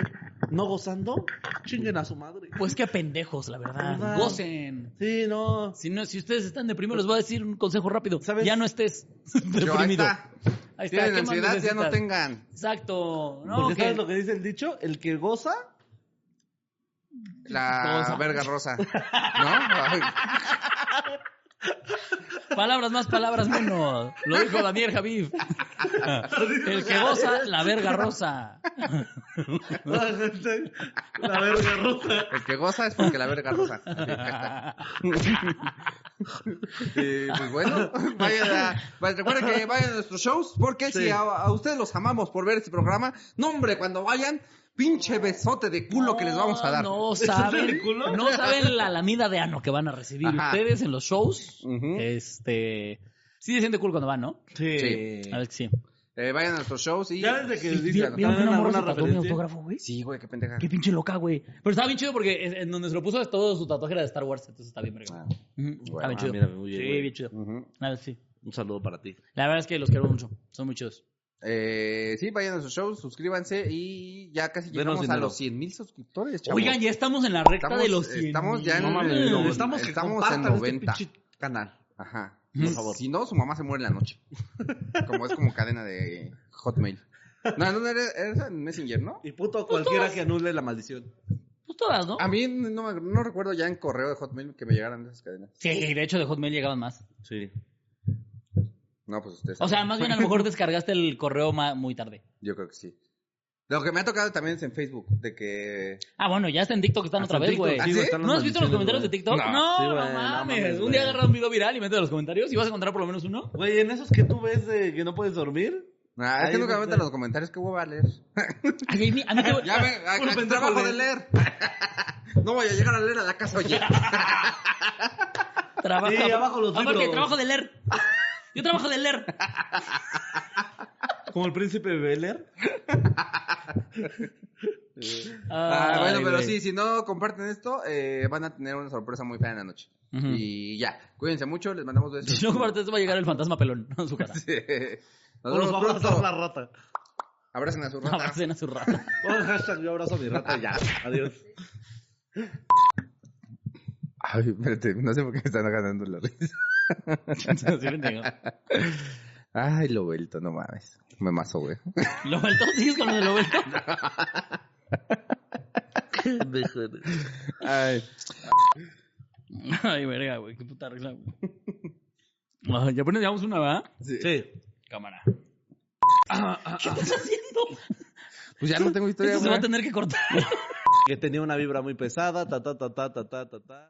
Speaker 3: no gozando, chinguen a su madre.
Speaker 4: Pues qué pendejos, la verdad.
Speaker 3: ¿Verdad?
Speaker 4: Gocen.
Speaker 3: Sí, no.
Speaker 4: Si, no, si ustedes están deprimidos, les voy a decir un consejo rápido.
Speaker 3: ¿Sabes?
Speaker 4: Ya no estés
Speaker 2: Yo, ahí
Speaker 4: deprimido.
Speaker 2: está.
Speaker 4: Ahí está,
Speaker 2: Tienen
Speaker 4: ¿qué más
Speaker 2: ansiedad, ya no
Speaker 4: necesitas?
Speaker 2: tengan.
Speaker 4: Exacto. No,
Speaker 3: Porque
Speaker 4: que-
Speaker 3: ¿sabes lo que dice el dicho? El que goza...
Speaker 2: La
Speaker 4: Cosa.
Speaker 2: verga rosa. ¿No? Ay,
Speaker 4: Palabras más, palabras menos. Lo dijo Daniel Javid. El que goza, la verga rosa.
Speaker 3: la verga rosa.
Speaker 2: El que goza es porque la verga rosa. Eh, pues bueno, vayan a- pues recuerden que vayan a nuestros shows, porque si a, a ustedes los amamos por ver este programa, no hombre, cuando vayan, pinche besote de culo que les vamos a dar.
Speaker 4: Ah, No
Speaker 3: ¿Estás
Speaker 4: saben,
Speaker 3: de culo?
Speaker 4: no saben la lamida de ano que van a recibir
Speaker 2: Ajá.
Speaker 4: ustedes en los shows.
Speaker 2: Ujú.
Speaker 4: Este. Sí se siente cool cuando van, ¿no?
Speaker 3: Sí.
Speaker 4: A ver que sí.
Speaker 2: Eh, vayan a nuestros shows y...
Speaker 3: Ya desde que
Speaker 2: Sí,
Speaker 3: dice-
Speaker 2: claro.
Speaker 4: ¿Vieron que una morra
Speaker 3: alguna
Speaker 4: se tatuó mi
Speaker 3: referencia?
Speaker 4: autógrafo, güey?
Speaker 2: Sí, güey, qué pendeja.
Speaker 4: Qué pinche loca, güey. Pero estaba bien chido porque es- en donde se lo puso es todo su tatuaje era de Star Wars, entonces está bien, verga.
Speaker 2: Ah,
Speaker 4: Ujú, está bien
Speaker 3: ah,
Speaker 4: chido.
Speaker 3: mira, muy bien,
Speaker 4: sí,
Speaker 3: güey.
Speaker 4: bien chido.
Speaker 2: ujú.
Speaker 4: A ver, sí.
Speaker 3: Un saludo para ti.
Speaker 4: La verdad es que los quiero mucho. Son muy chidos.
Speaker 2: Eh, sí, vayan a sus shows, suscríbanse y ya casi
Speaker 3: Denos
Speaker 2: llegamos a
Speaker 3: dinero.
Speaker 2: los 100 mil suscriptores, chavos.
Speaker 4: Oigan, ya estamos en la recta
Speaker 2: Estamos- eh,
Speaker 4: de los 100.
Speaker 2: Estamos ya en,
Speaker 3: No mames,
Speaker 2: en-
Speaker 3: no,
Speaker 2: estamos,
Speaker 3: estamos que
Speaker 2: en
Speaker 3: compartan este
Speaker 2: 90
Speaker 3: pinche
Speaker 2: canal. Ajá.
Speaker 4: Por
Speaker 3: favor.
Speaker 2: Si no, su mamá se muere en la noche. Como es como cadena de Hotmail. No, no, no, era, era en Messenger, ¿no?
Speaker 3: Y puto cualquiera que anule la maldición.
Speaker 4: Pues todas, ¿no?
Speaker 2: A mí no, me- no recuerdo ya en correo de Hotmail que me llegaran esas cadenas.
Speaker 4: Sí, de hecho de Hotmail llegaban más.
Speaker 3: Sí.
Speaker 2: No, pues ustedes.
Speaker 4: O sea,
Speaker 2: saben.
Speaker 4: más bien a lo mejor descargaste el correo ma- muy tarde.
Speaker 2: Yo creo que sí. Lo que me ha tocado también es en Facebook, de que...
Speaker 4: Ah, bueno, ya está en TikTok, están otra vez, güey.
Speaker 2: ¿Ah, sí?
Speaker 4: ¿No has visto los comentarios de TikTok?
Speaker 2: No.
Speaker 4: No, no,
Speaker 3: Sí, güey, no
Speaker 4: mames.
Speaker 3: mames,
Speaker 4: un día
Speaker 3: güey.
Speaker 4: agarras un video viral y metes los comentarios y vas a encontrar por lo menos uno.
Speaker 3: Güey, en esos que tú ves de que no puedes dormir.
Speaker 2: Ah, es
Speaker 3: Ahí
Speaker 2: que nunca
Speaker 3: no
Speaker 2: me
Speaker 3: sé.
Speaker 2: metan los comentarios, que hueva a leer.
Speaker 4: A mí, a mí te-
Speaker 2: Ya me... a-
Speaker 3: Puro
Speaker 2: a-
Speaker 3: pendejo
Speaker 2: trabajo de
Speaker 3: lee.
Speaker 2: leer. No voy a llegar a leer a la casa, oye.
Speaker 4: trabajo,
Speaker 3: Sí, abajo los
Speaker 4: Aparte,
Speaker 3: libros.
Speaker 4: trabajo de leer. Yo trabajo de leer.
Speaker 3: Como el príncipe Beler.
Speaker 2: Ah,
Speaker 4: Ay,
Speaker 2: bueno, pero
Speaker 4: güey.
Speaker 2: sí, si no comparten esto, eh, van a tener una sorpresa muy fea en la noche.
Speaker 4: Ujú.
Speaker 2: Y ya, cuídense mucho, les mandamos besos.
Speaker 4: Si no compartes, va a llegar el fantasma pelón a su casa.
Speaker 2: Nos
Speaker 3: o nos
Speaker 2: vemos
Speaker 3: va a abrazar la
Speaker 2: pronto.
Speaker 3: rata.
Speaker 2: Abracen a su rata.
Speaker 4: Abracen a su rata.
Speaker 3: Pon hashtag yo abrazo a mi rata y ya. Adiós.
Speaker 2: Ay, espérate, no sé por qué me están ganando la risa.
Speaker 4: Sí, pendejo.
Speaker 2: Ay, lo vuelto, no mames. Me mazo, güey.
Speaker 4: ¿Lo vuelto? ¿Sigues con lo de lo vuelto?
Speaker 2: Ay,
Speaker 4: Ay, verga, güey, qué puta regla, güey. Ay, Ah, ya pones, llevamos una, ¿verdad?
Speaker 2: sí.
Speaker 4: Cámara. ¿Qué estás haciendo?
Speaker 2: Pues ya no tengo historia,
Speaker 4: Esto se va
Speaker 2: güey.
Speaker 4: a tener que cortar.
Speaker 3: Que tenía una vibra muy pesada, ta ta ta ta ta ta ta. ta.